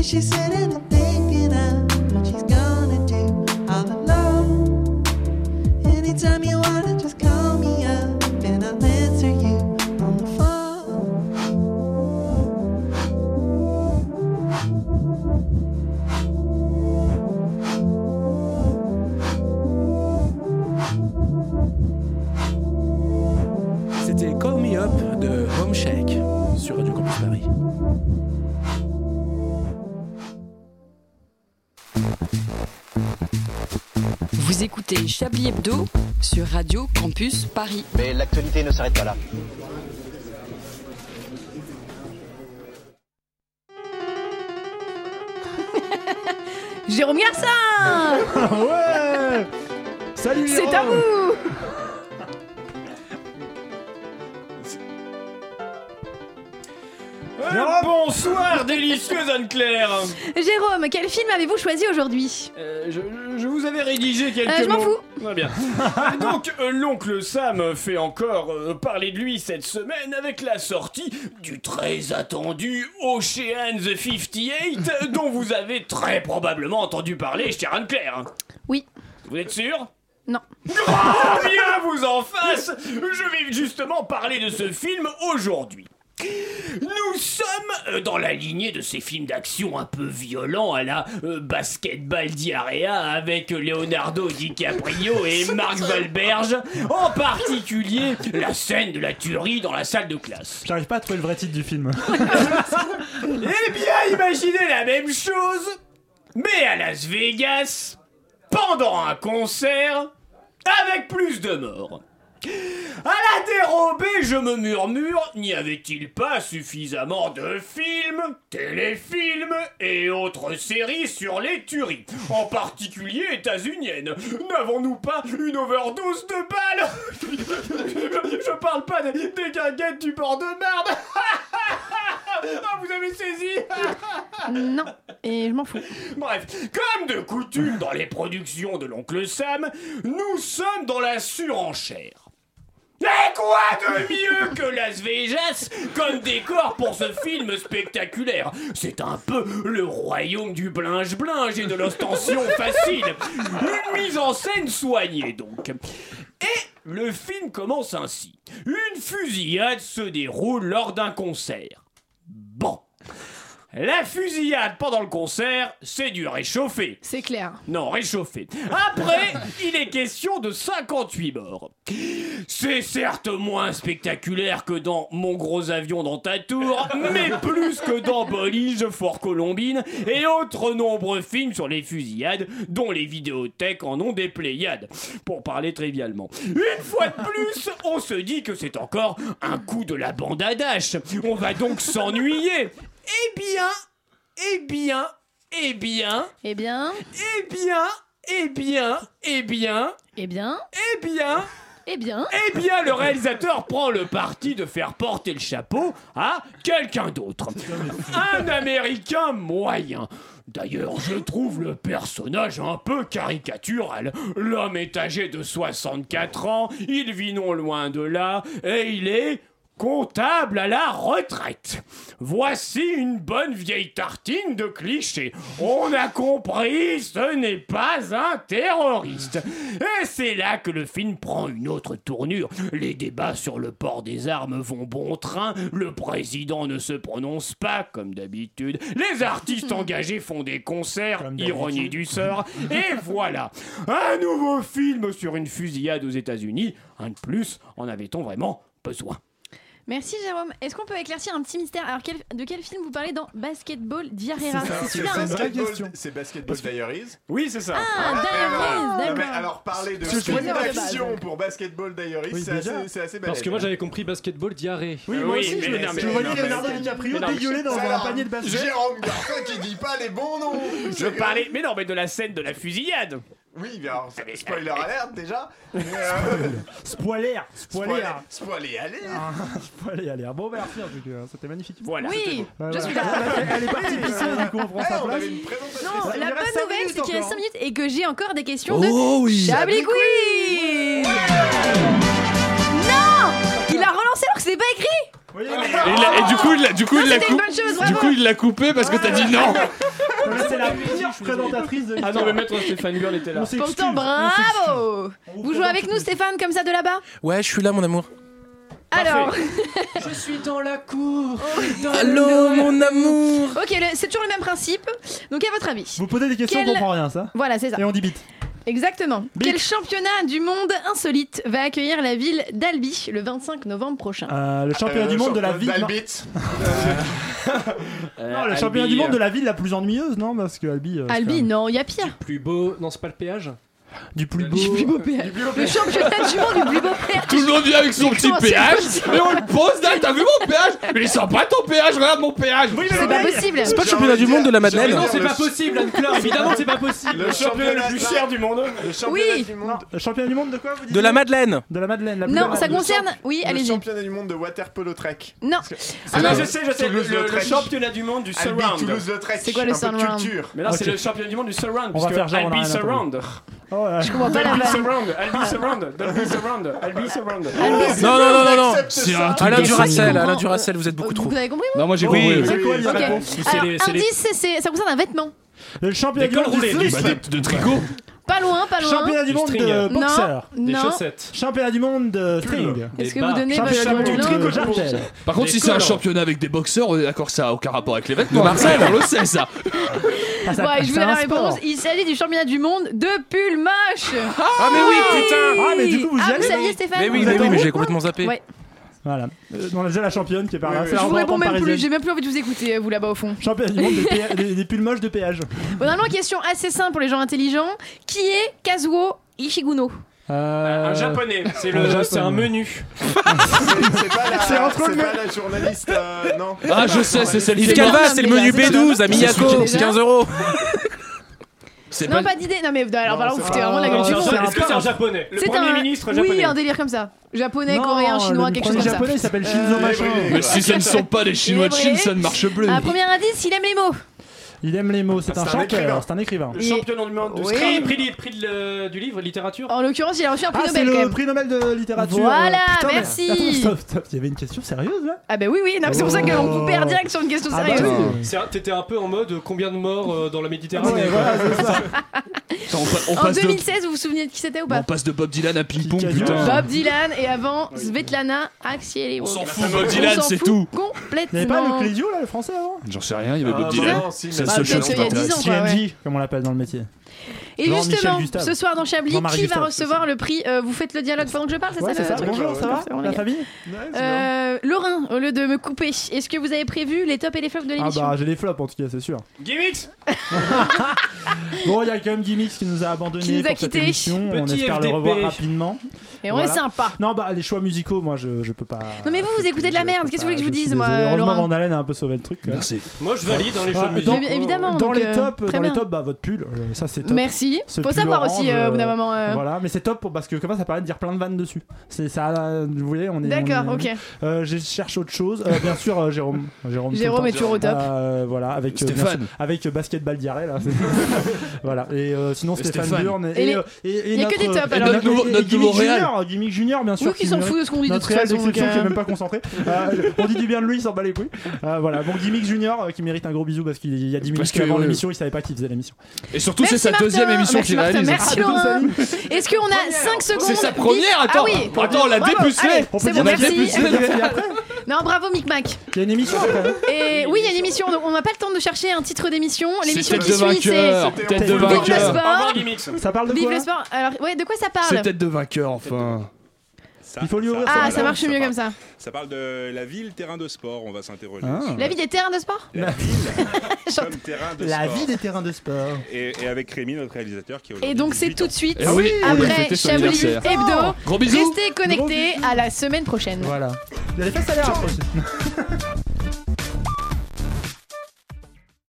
[SPEAKER 22] she's sitting and thinking of what she's gonna do all alone. Anytime you wanna, just call me up and I'll answer you on the phone.
[SPEAKER 15] C'était Call Me Up de Home Shake sur Radio Campus Paris.
[SPEAKER 8] Vous écoutez Chablis Hebdo sur Radio Campus Paris.
[SPEAKER 6] Mais l'actualité ne s'arrête pas là.
[SPEAKER 2] Jérôme
[SPEAKER 4] Ah,
[SPEAKER 2] Garcin
[SPEAKER 13] Ouais Salut
[SPEAKER 2] C'est à
[SPEAKER 13] Jérôme
[SPEAKER 2] vous
[SPEAKER 3] Ah, bonsoir, délicieuse Anne-Claire
[SPEAKER 2] Jérôme, quel film avez-vous choisi aujourd'hui
[SPEAKER 3] Euh, je, je vous avais rédigé quelques
[SPEAKER 2] Euh, je m'en
[SPEAKER 3] mots.
[SPEAKER 2] fous.
[SPEAKER 3] Très bien. Et donc, euh, l'oncle Sam fait encore euh, parler de lui cette semaine avec la sortie du très attendu Ocean the 58, dont vous avez très probablement entendu parler, chère Anne-Claire.
[SPEAKER 2] Oui.
[SPEAKER 3] Vous êtes sûr
[SPEAKER 2] Non.
[SPEAKER 3] Oh, bien vous en face Je vais justement parler de ce film aujourd'hui. Nous sommes euh, dans la lignée de ces films d'action un peu violents à la euh, basketball diarrhea avec Leonardo DiCaprio et Marc Wahlberg, en particulier la scène de la tuerie dans la salle de classe.
[SPEAKER 13] J'arrive pas à trouver le vrai titre du film.
[SPEAKER 3] Eh bien, imaginez la même chose, mais à Las Vegas, pendant un concert, avec plus de morts. À la dérobée, je me murmure, n'y avait-il pas suffisamment de films, téléfilms et autres séries sur les tueries, en particulier états-uniennes N'avons-nous pas une overdose de balles je, je parle pas des, des guinguettes du bord de Marne Ah, vous avez saisi
[SPEAKER 2] Non, et je m'en fous.
[SPEAKER 3] Bref, comme de coutume dans les productions de l'oncle Sam, nous sommes dans la surenchère. Et quoi de mieux que Las Vegas comme décor pour ce film spectaculaire C'est un peu le royaume du blinge-blinge et de l'ostension facile. Une mise en scène soignée donc. Et le film commence ainsi. Une fusillade se déroule lors d'un concert. Bon. La fusillade pendant le concert, c'est du réchauffé.
[SPEAKER 2] C'est clair.
[SPEAKER 3] Non, réchauffé. Après, il est question de 58 morts. C'est certes moins spectaculaire que dans Mon gros avion dans ta tour, mais plus que dans Bolige, Fort Colombine et autres nombreux films sur les fusillades, dont les vidéothèques en ont des pléiades, pour parler trivialement. Une fois de plus, on se dit que c'est encore un coup de la bande à Dash. On va donc s'ennuyer. Eh bien, eh bien, eh bien,
[SPEAKER 2] Eh bien,
[SPEAKER 3] eh bien, eh bien, eh bien,
[SPEAKER 2] eh bien,
[SPEAKER 3] eh bien,
[SPEAKER 2] eh bien.
[SPEAKER 3] eh bien, le réalisateur prend le parti de faire porter le chapeau à quelqu'un d'autre. Un Américain moyen. D'ailleurs, je trouve le personnage un peu caricatural. L'homme est âgé de 64 ans, il vit non loin de là, et il est comptable à la retraite. Voici une bonne vieille tartine de clichés. On a compris, ce n'est pas un terroriste. Et c'est là que le film prend une autre tournure. Les débats sur le port des armes vont bon train, le président ne se prononce pas comme d'habitude, les artistes engagés font des concerts, ironie du sort, et voilà. Un nouveau film sur une fusillade aux États-Unis, un de plus, en avait-on vraiment besoin
[SPEAKER 2] Merci Jérôme. Est-ce qu'on peut éclaircir un petit mystère Alors quel- de quel film vous parlez dans Basketball Diarrera
[SPEAKER 12] C'est
[SPEAKER 2] super, hein
[SPEAKER 12] basketball, c'est basketball Diaries.
[SPEAKER 3] Oui, c'est ça.
[SPEAKER 2] Ah, Diaries,
[SPEAKER 12] Non, mais
[SPEAKER 2] d'accord.
[SPEAKER 12] alors parler de
[SPEAKER 1] C'est le
[SPEAKER 12] film
[SPEAKER 1] trailer de base.
[SPEAKER 12] d'action pour Basketball Diaries,
[SPEAKER 1] Oui,
[SPEAKER 12] c'est
[SPEAKER 1] déjà.
[SPEAKER 12] assez, c'est assez balèze.
[SPEAKER 1] Parce que moi j'avais compris basketball diarrhée.
[SPEAKER 12] Oui, moi Oui, aussi,
[SPEAKER 2] Euh,
[SPEAKER 12] je mais- me- non, je mais- voyais non, Leonardo mais- DiCaprio mais non, dégueuler dans un panier de basket. Jérôme Garcin qui dit pas les bons noms.
[SPEAKER 3] Je parlais, mais non, mais de la scène de la fusillade. Ah,
[SPEAKER 12] Oui, bien, alors, spoiler alert déjà. Mais, euh,
[SPEAKER 13] Spoiler Spoiler
[SPEAKER 12] Spoiler alert.
[SPEAKER 13] Ah, Spoiler, allez. Bon, bah, merci, en tout cas. C'était magnifique.
[SPEAKER 3] Voilà.
[SPEAKER 2] Oui,
[SPEAKER 13] Ouais,
[SPEAKER 2] je
[SPEAKER 13] voilà.
[SPEAKER 2] suis là.
[SPEAKER 13] Elle est partie pisser, du coup, on prend sa place.
[SPEAKER 2] Non, la bonne nouvelle,
[SPEAKER 13] Il reste cinq minutes
[SPEAKER 2] c'est qu'il
[SPEAKER 13] encore, hein.
[SPEAKER 2] reste 5 minutes et que j'ai encore des questions
[SPEAKER 13] Oh
[SPEAKER 2] de
[SPEAKER 13] oui.
[SPEAKER 2] Chablis
[SPEAKER 13] Chablis
[SPEAKER 2] Quiz Non Il a relancé alors que c'est pas écrit
[SPEAKER 4] Et, il a- et du coup, il l'a- du coup,
[SPEAKER 2] Non,
[SPEAKER 4] il l'a
[SPEAKER 2] c'était une
[SPEAKER 4] cou-
[SPEAKER 2] bonne chose,
[SPEAKER 4] du
[SPEAKER 2] bravo.
[SPEAKER 4] coup, il l'a coupé parce que t'as dit non.
[SPEAKER 13] c'est la pire présentatrice de
[SPEAKER 3] Ah non, mais maître Stéphane Burl était là.
[SPEAKER 2] Pourtant, bravo Vous jouez avec nous, Stéphane, comme ça de là-bas
[SPEAKER 15] Ouais, je suis là, mon amour.
[SPEAKER 2] Alors, Oh. Ah,
[SPEAKER 1] Je suis dans la cour. dans
[SPEAKER 15] Allô, mon amour
[SPEAKER 2] ok, le- c'est toujours le même principe. Donc, à votre avis
[SPEAKER 13] Vous posez des questions,
[SPEAKER 2] Quel-
[SPEAKER 13] on comprend rien, ça
[SPEAKER 2] Voilà, c'est ça.
[SPEAKER 13] Et on dit bite.
[SPEAKER 2] Exactement. Quel championnat du monde insolite va accueillir la ville d'Albi le 25 novembre prochain
[SPEAKER 13] Euh, le championnat du monde de la ville. Non,
[SPEAKER 1] Euh,
[SPEAKER 13] Non, le championnat du monde de la ville la plus ennuyeuse, non Parce que Albi. euh, c'est quand
[SPEAKER 2] Albi,
[SPEAKER 13] même-
[SPEAKER 2] non, il y a pire.
[SPEAKER 1] Plus beau. Non, c'est pas le péage.
[SPEAKER 13] Du plus beau.
[SPEAKER 2] Du plus beau péage. Le championnat du monde du plus beau péage.
[SPEAKER 4] Tout le monde vient avec son
[SPEAKER 2] Mais
[SPEAKER 4] petit
[SPEAKER 2] comment c'est
[SPEAKER 4] péage,
[SPEAKER 2] possible
[SPEAKER 4] mais on le pose là, t'as vu mon péage Mais il sent pas ton péage, regarde mon péage
[SPEAKER 2] C'est pas possible.
[SPEAKER 15] C'est pas le championnat du monde de la Madeleine
[SPEAKER 1] Non, c'est pas possible, Anne-Claire. Évidemment, c'est pas possible.
[SPEAKER 12] Le championnat le plus cher
[SPEAKER 3] du monde.
[SPEAKER 12] Le championnat
[SPEAKER 2] Oui.
[SPEAKER 12] du monde.
[SPEAKER 13] Le championnat du monde de quoi vous dites
[SPEAKER 15] De la Madeleine
[SPEAKER 13] De la Madeleine. La plus
[SPEAKER 2] Non,
[SPEAKER 13] belle-
[SPEAKER 2] ça
[SPEAKER 13] Le
[SPEAKER 2] concerne. Oui,
[SPEAKER 12] Le
[SPEAKER 2] allez-y.
[SPEAKER 12] championnat du monde de waterpolo trek.
[SPEAKER 2] Non.
[SPEAKER 12] Ah
[SPEAKER 3] non,
[SPEAKER 12] non.
[SPEAKER 3] je sais, je sais, le, le- le
[SPEAKER 12] Toulouse-Lautrec.
[SPEAKER 3] championnat du monde du
[SPEAKER 12] Albi,
[SPEAKER 3] surround.
[SPEAKER 12] Toulouse-Lautrec.
[SPEAKER 2] C'est quoi le
[SPEAKER 12] Un peu de
[SPEAKER 2] surround
[SPEAKER 12] culture.
[SPEAKER 3] Mais là, c'est
[SPEAKER 13] Ok.
[SPEAKER 3] le championnat du monde du surround.
[SPEAKER 13] On va
[SPEAKER 3] puisque
[SPEAKER 13] faire genre, on a
[SPEAKER 3] Albi
[SPEAKER 13] rien
[SPEAKER 3] surround.
[SPEAKER 13] Oh là là.
[SPEAKER 2] Je comprends pas la
[SPEAKER 3] Albi
[SPEAKER 2] vanne. Ah.
[SPEAKER 3] surround. Albi surround. Albi surround. Albi surround.
[SPEAKER 15] Non, non, non, non, non.
[SPEAKER 4] C'est un truc
[SPEAKER 15] Alain
[SPEAKER 4] de
[SPEAKER 15] Duracell,
[SPEAKER 2] comprends.
[SPEAKER 15] Alain Duracell, vous êtes beaucoup trop.
[SPEAKER 2] Vous avez compris
[SPEAKER 4] Non, moi j'ai
[SPEAKER 15] Oui,
[SPEAKER 4] compris.
[SPEAKER 13] C'est quoi, il y a
[SPEAKER 2] Ok.
[SPEAKER 13] la
[SPEAKER 2] Alors,
[SPEAKER 13] peau
[SPEAKER 15] c'est les-
[SPEAKER 2] indice, c'est- c'est- ça concerne un vêtement.
[SPEAKER 13] Le championnat
[SPEAKER 1] Des
[SPEAKER 13] du monde
[SPEAKER 1] cols
[SPEAKER 13] du
[SPEAKER 1] roulés,
[SPEAKER 13] slip.
[SPEAKER 1] donc.
[SPEAKER 4] Bah, des- de tricot
[SPEAKER 2] Pas loin, pas loin.
[SPEAKER 13] Championnat du
[SPEAKER 1] Du
[SPEAKER 13] monde
[SPEAKER 1] string.
[SPEAKER 13] de
[SPEAKER 1] Non.
[SPEAKER 13] boxeur.
[SPEAKER 1] Des
[SPEAKER 2] non, non.
[SPEAKER 1] chaussettes.
[SPEAKER 13] Championnat du monde de string.
[SPEAKER 2] Est-ce
[SPEAKER 1] Des
[SPEAKER 2] que vous
[SPEAKER 1] bas.
[SPEAKER 2] donnez
[SPEAKER 13] Championnat
[SPEAKER 2] votre
[SPEAKER 13] du monde
[SPEAKER 2] nom
[SPEAKER 13] du tricot,
[SPEAKER 2] Non.
[SPEAKER 13] j'artel.
[SPEAKER 4] Par contre,
[SPEAKER 1] Des
[SPEAKER 4] si c'est un
[SPEAKER 1] collants.
[SPEAKER 4] championnat avec des boxeurs, on est d'accord, ça a aucun rapport avec les vêtements.
[SPEAKER 15] Marcel.
[SPEAKER 4] on le sait ça.
[SPEAKER 13] Ah, ça-
[SPEAKER 2] Bon, allez, je vous
[SPEAKER 13] c'est
[SPEAKER 2] donne
[SPEAKER 13] un
[SPEAKER 2] la réponse.
[SPEAKER 13] sport.
[SPEAKER 2] Il s'agit du championnat du monde de pull moche.
[SPEAKER 15] Ah, mais oui, putain
[SPEAKER 13] Ah, mais du coup, vous y
[SPEAKER 2] Ah, vous
[SPEAKER 13] allez
[SPEAKER 2] saviez, Stéphane
[SPEAKER 15] Mais oui,
[SPEAKER 13] Vous
[SPEAKER 15] mais
[SPEAKER 13] êtes
[SPEAKER 15] oui,
[SPEAKER 13] en
[SPEAKER 15] mais
[SPEAKER 13] route,
[SPEAKER 15] j'ai complètement zappé.
[SPEAKER 2] Ouais.
[SPEAKER 13] Voilà. Euh, on a déjà la championne qui est par là.
[SPEAKER 12] Oui,
[SPEAKER 13] C'est
[SPEAKER 12] oui.
[SPEAKER 13] la
[SPEAKER 2] Je vous réponds
[SPEAKER 13] représentante
[SPEAKER 2] même plus,
[SPEAKER 13] parisienne.
[SPEAKER 2] j'ai même plus envie de vous écouter, euh, vous là-bas au fond.
[SPEAKER 13] Championnat du monde de péa- des, des pulls moches de péage.
[SPEAKER 2] Bon, normalement, question assez simple pour les gens intelligents. Qui est Kazuo Ishiguno
[SPEAKER 13] Euh,
[SPEAKER 3] Un japonais.
[SPEAKER 1] C'est
[SPEAKER 13] Un
[SPEAKER 1] le,
[SPEAKER 13] japonais.
[SPEAKER 1] c'est un menu.
[SPEAKER 12] C'est c'est pas la,
[SPEAKER 13] C'est entre
[SPEAKER 12] c'est
[SPEAKER 13] le-
[SPEAKER 12] pas la journaliste. euh, non.
[SPEAKER 4] Ah, je sais, c'est celle
[SPEAKER 15] Yves
[SPEAKER 4] qui
[SPEAKER 15] Calva, c'est le menu
[SPEAKER 2] C'est
[SPEAKER 15] B12 à Miyako,
[SPEAKER 2] déjà
[SPEAKER 15] 15 euros.
[SPEAKER 4] C'est
[SPEAKER 2] Non,
[SPEAKER 4] pas.
[SPEAKER 2] pas d'idée. Non, mais euh, alors, voilà, vous
[SPEAKER 12] c'est
[SPEAKER 2] foutez
[SPEAKER 12] pas-
[SPEAKER 2] vraiment de la gueule
[SPEAKER 13] non,
[SPEAKER 2] du
[SPEAKER 13] c'est
[SPEAKER 2] monde. hein.
[SPEAKER 13] un-
[SPEAKER 1] Est-ce que c'est un japonais
[SPEAKER 2] C'est un Oui, hein. un délire comme ça. Japonais, coréen,
[SPEAKER 13] non,
[SPEAKER 2] chinois,
[SPEAKER 13] le
[SPEAKER 2] quelque
[SPEAKER 13] premier
[SPEAKER 2] chose comme ça.
[SPEAKER 13] japonais il s'appelle Shinzo Machin.
[SPEAKER 4] Mais si ce ne sont pas les Chinois de
[SPEAKER 2] Il est
[SPEAKER 4] Chine,
[SPEAKER 2] vrai.
[SPEAKER 4] ça ne marche plus.
[SPEAKER 2] Un premier indice, il aime les mots.
[SPEAKER 13] Il aime les mots, c'est un,
[SPEAKER 12] un écrivain.
[SPEAKER 13] chanteur, c'est un écrivain.
[SPEAKER 3] Le
[SPEAKER 2] Et-
[SPEAKER 3] championnat du monde du
[SPEAKER 2] Oui. Oh,
[SPEAKER 1] Prix,
[SPEAKER 3] scrim.
[SPEAKER 1] prix, li- prix de
[SPEAKER 13] euh,
[SPEAKER 1] le- du livre, littérature.
[SPEAKER 2] En l'occurrence, il a reçu un prix
[SPEAKER 13] Ah, c'est
[SPEAKER 2] Nobel quand
[SPEAKER 13] le
[SPEAKER 2] même.
[SPEAKER 13] prix Nobel de littérature.
[SPEAKER 2] Voilà,
[SPEAKER 13] Euh, mais-
[SPEAKER 2] merci.
[SPEAKER 13] Attends, stop, stop, il y avait une question sérieuse là
[SPEAKER 2] Ah, bah oui, oui, non, mais c'est pour ça qu'on
[SPEAKER 13] Oh.
[SPEAKER 2] perd direct sur une question
[SPEAKER 13] Ah bah
[SPEAKER 2] sérieuse.
[SPEAKER 13] oui.
[SPEAKER 1] C'est un- T'étais un peu en mode euh, combien de morts euh, dans la Méditerranée
[SPEAKER 13] Ouais,
[SPEAKER 1] quoi.
[SPEAKER 13] voilà, c'est ça.
[SPEAKER 4] Putain, on, pa- on
[SPEAKER 2] En
[SPEAKER 4] passe de,
[SPEAKER 2] 2016, vous vous souvenez de qui c'était ou
[SPEAKER 4] on
[SPEAKER 2] pas
[SPEAKER 4] passe de Bob Dylan à ping-pong,
[SPEAKER 13] Kikadi.
[SPEAKER 4] putain.
[SPEAKER 2] Bob Dylan et avant Svetlana Axieli.
[SPEAKER 4] On s'en fout, Bob Dylan, c'est tout.
[SPEAKER 13] Il n'y avait pas
[SPEAKER 2] Complètement.
[SPEAKER 13] le Clésio là, le français avant
[SPEAKER 4] J'en sais rien, il y avait Bob
[SPEAKER 12] Ah,
[SPEAKER 4] Dylan.
[SPEAKER 12] non, si,
[SPEAKER 4] C'est
[SPEAKER 12] mais-
[SPEAKER 4] la seule
[SPEAKER 2] peut-être
[SPEAKER 4] chose
[SPEAKER 2] qu'il
[SPEAKER 4] qui
[SPEAKER 2] y a dix
[SPEAKER 4] m'intéresse.
[SPEAKER 2] ans. quoi, ouais.
[SPEAKER 13] CNJ, comme on l'appelle dans le métier.
[SPEAKER 2] Et
[SPEAKER 13] Jean-Michel
[SPEAKER 2] justement,
[SPEAKER 13] Gustave.
[SPEAKER 2] ce soir dans Chablis,
[SPEAKER 13] Jean-Marie
[SPEAKER 2] qui va
[SPEAKER 13] Gustave,
[SPEAKER 2] recevoir le prix euh, Vous faites le dialogue pendant que je parle, c'est
[SPEAKER 13] Ouais,
[SPEAKER 2] ça
[SPEAKER 13] c'est
[SPEAKER 2] le
[SPEAKER 13] ça.
[SPEAKER 2] truc
[SPEAKER 13] Bonjour, ça va
[SPEAKER 2] C'est bon, les
[SPEAKER 13] La
[SPEAKER 2] gars.
[SPEAKER 13] famille
[SPEAKER 12] Ouais, c'est bien.
[SPEAKER 2] Euh, Laurin, au lieu de me couper, est-ce que vous avez prévu les tops et les flops de
[SPEAKER 13] Ah
[SPEAKER 2] l'émission
[SPEAKER 13] bah j'ai les flops en tout cas, c'est sûr.
[SPEAKER 3] Gimmicks.
[SPEAKER 13] Bon, il y a quand même Gimmicks qui nous a abandonné
[SPEAKER 2] Qui nous a
[SPEAKER 13] pour cette
[SPEAKER 2] quittés.
[SPEAKER 13] émission. On
[SPEAKER 1] Petit
[SPEAKER 13] espère
[SPEAKER 1] FDP.
[SPEAKER 13] le revoir rapidement.
[SPEAKER 2] Et on
[SPEAKER 13] voilà.
[SPEAKER 2] est sympa.
[SPEAKER 13] Non, bah les choix musicaux, moi je, je peux pas.
[SPEAKER 2] Non, mais vous, vous écoutez de la
[SPEAKER 13] je
[SPEAKER 2] merde,
[SPEAKER 13] peux
[SPEAKER 2] qu'est-ce que
[SPEAKER 13] pas,
[SPEAKER 2] vous voulez que je vous
[SPEAKER 13] suis
[SPEAKER 2] dise, moi,
[SPEAKER 13] désolé. Heureusement,
[SPEAKER 2] Laurent
[SPEAKER 13] Van Halen a un peu sauvé le truc. quoi.
[SPEAKER 4] Merci.
[SPEAKER 1] Moi je valide
[SPEAKER 4] hein,
[SPEAKER 1] dans les
[SPEAKER 13] Ah,
[SPEAKER 1] choix
[SPEAKER 13] dans-
[SPEAKER 1] musicaux.
[SPEAKER 2] Mais évidemment,
[SPEAKER 13] Dans
[SPEAKER 2] donc,
[SPEAKER 13] les
[SPEAKER 2] euh,
[SPEAKER 13] tops,
[SPEAKER 2] très
[SPEAKER 13] dans les
[SPEAKER 2] bien.
[SPEAKER 13] tops, bah votre pull, euh, ça c'est top.
[SPEAKER 2] Merci.
[SPEAKER 13] Ce
[SPEAKER 2] Faut
[SPEAKER 13] pull
[SPEAKER 2] savoir
[SPEAKER 13] orange,
[SPEAKER 2] aussi, euh, au bout d'un
[SPEAKER 13] euh,
[SPEAKER 2] moment. euh,
[SPEAKER 13] Voilà, mais c'est top pour, parce que comme ça, ça permet de dire plein de vannes dessus. C'est ça, euh, vous voyez, on est.
[SPEAKER 2] D'accord,
[SPEAKER 13] on est-
[SPEAKER 2] ok.
[SPEAKER 13] Euh, je cherche autre chose. Euh, bien sûr, euh, Jérôme. Jérôme, tout le
[SPEAKER 2] Jérôme
[SPEAKER 13] temps.
[SPEAKER 2] est toujours au top.
[SPEAKER 13] Euh, voilà, avec euh,
[SPEAKER 4] Stéphane.
[SPEAKER 13] bien sûr, avec euh, basketball diarrhée là. c'est- voilà. Et euh, sinon
[SPEAKER 4] Et
[SPEAKER 13] Stéphane,
[SPEAKER 4] Stéphane.
[SPEAKER 13] Burn
[SPEAKER 2] Et les-
[SPEAKER 13] euh, et,
[SPEAKER 2] il y a que
[SPEAKER 13] notre-
[SPEAKER 2] des tops,
[SPEAKER 13] et
[SPEAKER 2] alors.
[SPEAKER 4] Notre nouveau-
[SPEAKER 13] et- et
[SPEAKER 4] notre
[SPEAKER 13] Gimmick
[SPEAKER 4] nouveau Real.
[SPEAKER 13] Junior, Gimmick Junior, bien sûr.
[SPEAKER 2] Nous qui
[SPEAKER 13] qui
[SPEAKER 2] s'en
[SPEAKER 13] ne-
[SPEAKER 2] foutent de ce qu'on dit de
[SPEAKER 13] Notre
[SPEAKER 2] toute
[SPEAKER 13] Real
[SPEAKER 2] façon.
[SPEAKER 13] d'exception
[SPEAKER 2] donc,
[SPEAKER 13] qui est
[SPEAKER 2] euh,
[SPEAKER 13] même pas concentré. Euh, on dit du bien de lui, il s'en bat les couilles. Euh, voilà. Bon, Gimmick Junior euh, qui mérite un gros bisou parce qu'il y a 10 minutes
[SPEAKER 4] Parce que,
[SPEAKER 13] avant
[SPEAKER 4] euh,
[SPEAKER 13] l'émission, il savait pas qu'il faisait l'émission.
[SPEAKER 4] Et surtout, c'est
[SPEAKER 2] Merci,
[SPEAKER 4] sa
[SPEAKER 2] Martin.
[SPEAKER 4] deuxième émission
[SPEAKER 2] Merci,
[SPEAKER 4] qu'il
[SPEAKER 2] Martin,
[SPEAKER 4] réalise. Ah,
[SPEAKER 2] Merci Laurent. Est-ce qu'on a 5 secondes
[SPEAKER 4] C'est sa
[SPEAKER 2] Mick
[SPEAKER 4] première,
[SPEAKER 2] Ah
[SPEAKER 4] attends.
[SPEAKER 2] oui.
[SPEAKER 4] Attends, on l'a
[SPEAKER 2] Bravo.
[SPEAKER 4] dépucelé.
[SPEAKER 2] Allez,
[SPEAKER 13] On peut
[SPEAKER 2] C'est
[SPEAKER 13] dire
[SPEAKER 2] bon,
[SPEAKER 13] la
[SPEAKER 2] merci.
[SPEAKER 13] dépucelé. Et après
[SPEAKER 2] Non, bravo Mic Mac.
[SPEAKER 13] Il y a une émission après. hein.
[SPEAKER 2] Et oui, il y a une émission. donc on n'a pas le temps de chercher un titre d'émission.
[SPEAKER 4] C'est
[SPEAKER 2] L'émission
[SPEAKER 4] tête
[SPEAKER 2] qui
[SPEAKER 4] de
[SPEAKER 2] suit, c'est
[SPEAKER 4] vainqueur. Tête de
[SPEAKER 13] Vive
[SPEAKER 2] Vive le
[SPEAKER 4] vainqueur.
[SPEAKER 2] sport.
[SPEAKER 3] Au revoir, Gimmicks.
[SPEAKER 13] Ça parle de
[SPEAKER 2] Vive
[SPEAKER 13] quoi
[SPEAKER 2] le sport. Alors, ouais, de quoi ça
[SPEAKER 4] C'est
[SPEAKER 2] parle
[SPEAKER 4] tête de vainqueur, enfin.
[SPEAKER 13] Il faut lui ouvrir
[SPEAKER 2] Ah,
[SPEAKER 13] ça.
[SPEAKER 2] ça marche mieux comme ça.
[SPEAKER 23] Ça parle de la ville, terrain de sport, on va s'interroger.
[SPEAKER 13] Ah.
[SPEAKER 23] sur
[SPEAKER 2] La vie des terrains de sport
[SPEAKER 23] la ville
[SPEAKER 2] J'entends.
[SPEAKER 23] comme terrain de
[SPEAKER 13] La
[SPEAKER 23] sport.
[SPEAKER 13] vie des terrains de sport.
[SPEAKER 23] Et, et avec Rémi, notre réalisateur, qui est
[SPEAKER 2] Et
[SPEAKER 23] aujourd'hui
[SPEAKER 2] donc, c'est
[SPEAKER 23] 18 ans.
[SPEAKER 2] tout de suite
[SPEAKER 4] Eh oui, on lui
[SPEAKER 2] après
[SPEAKER 4] fêtait son
[SPEAKER 2] Chablis
[SPEAKER 4] anniversaire.
[SPEAKER 2] Hebdo.
[SPEAKER 4] Gros bisous.
[SPEAKER 2] Restez connectés à la semaine prochaine.
[SPEAKER 13] Voilà. Vous avez fait ça l'air.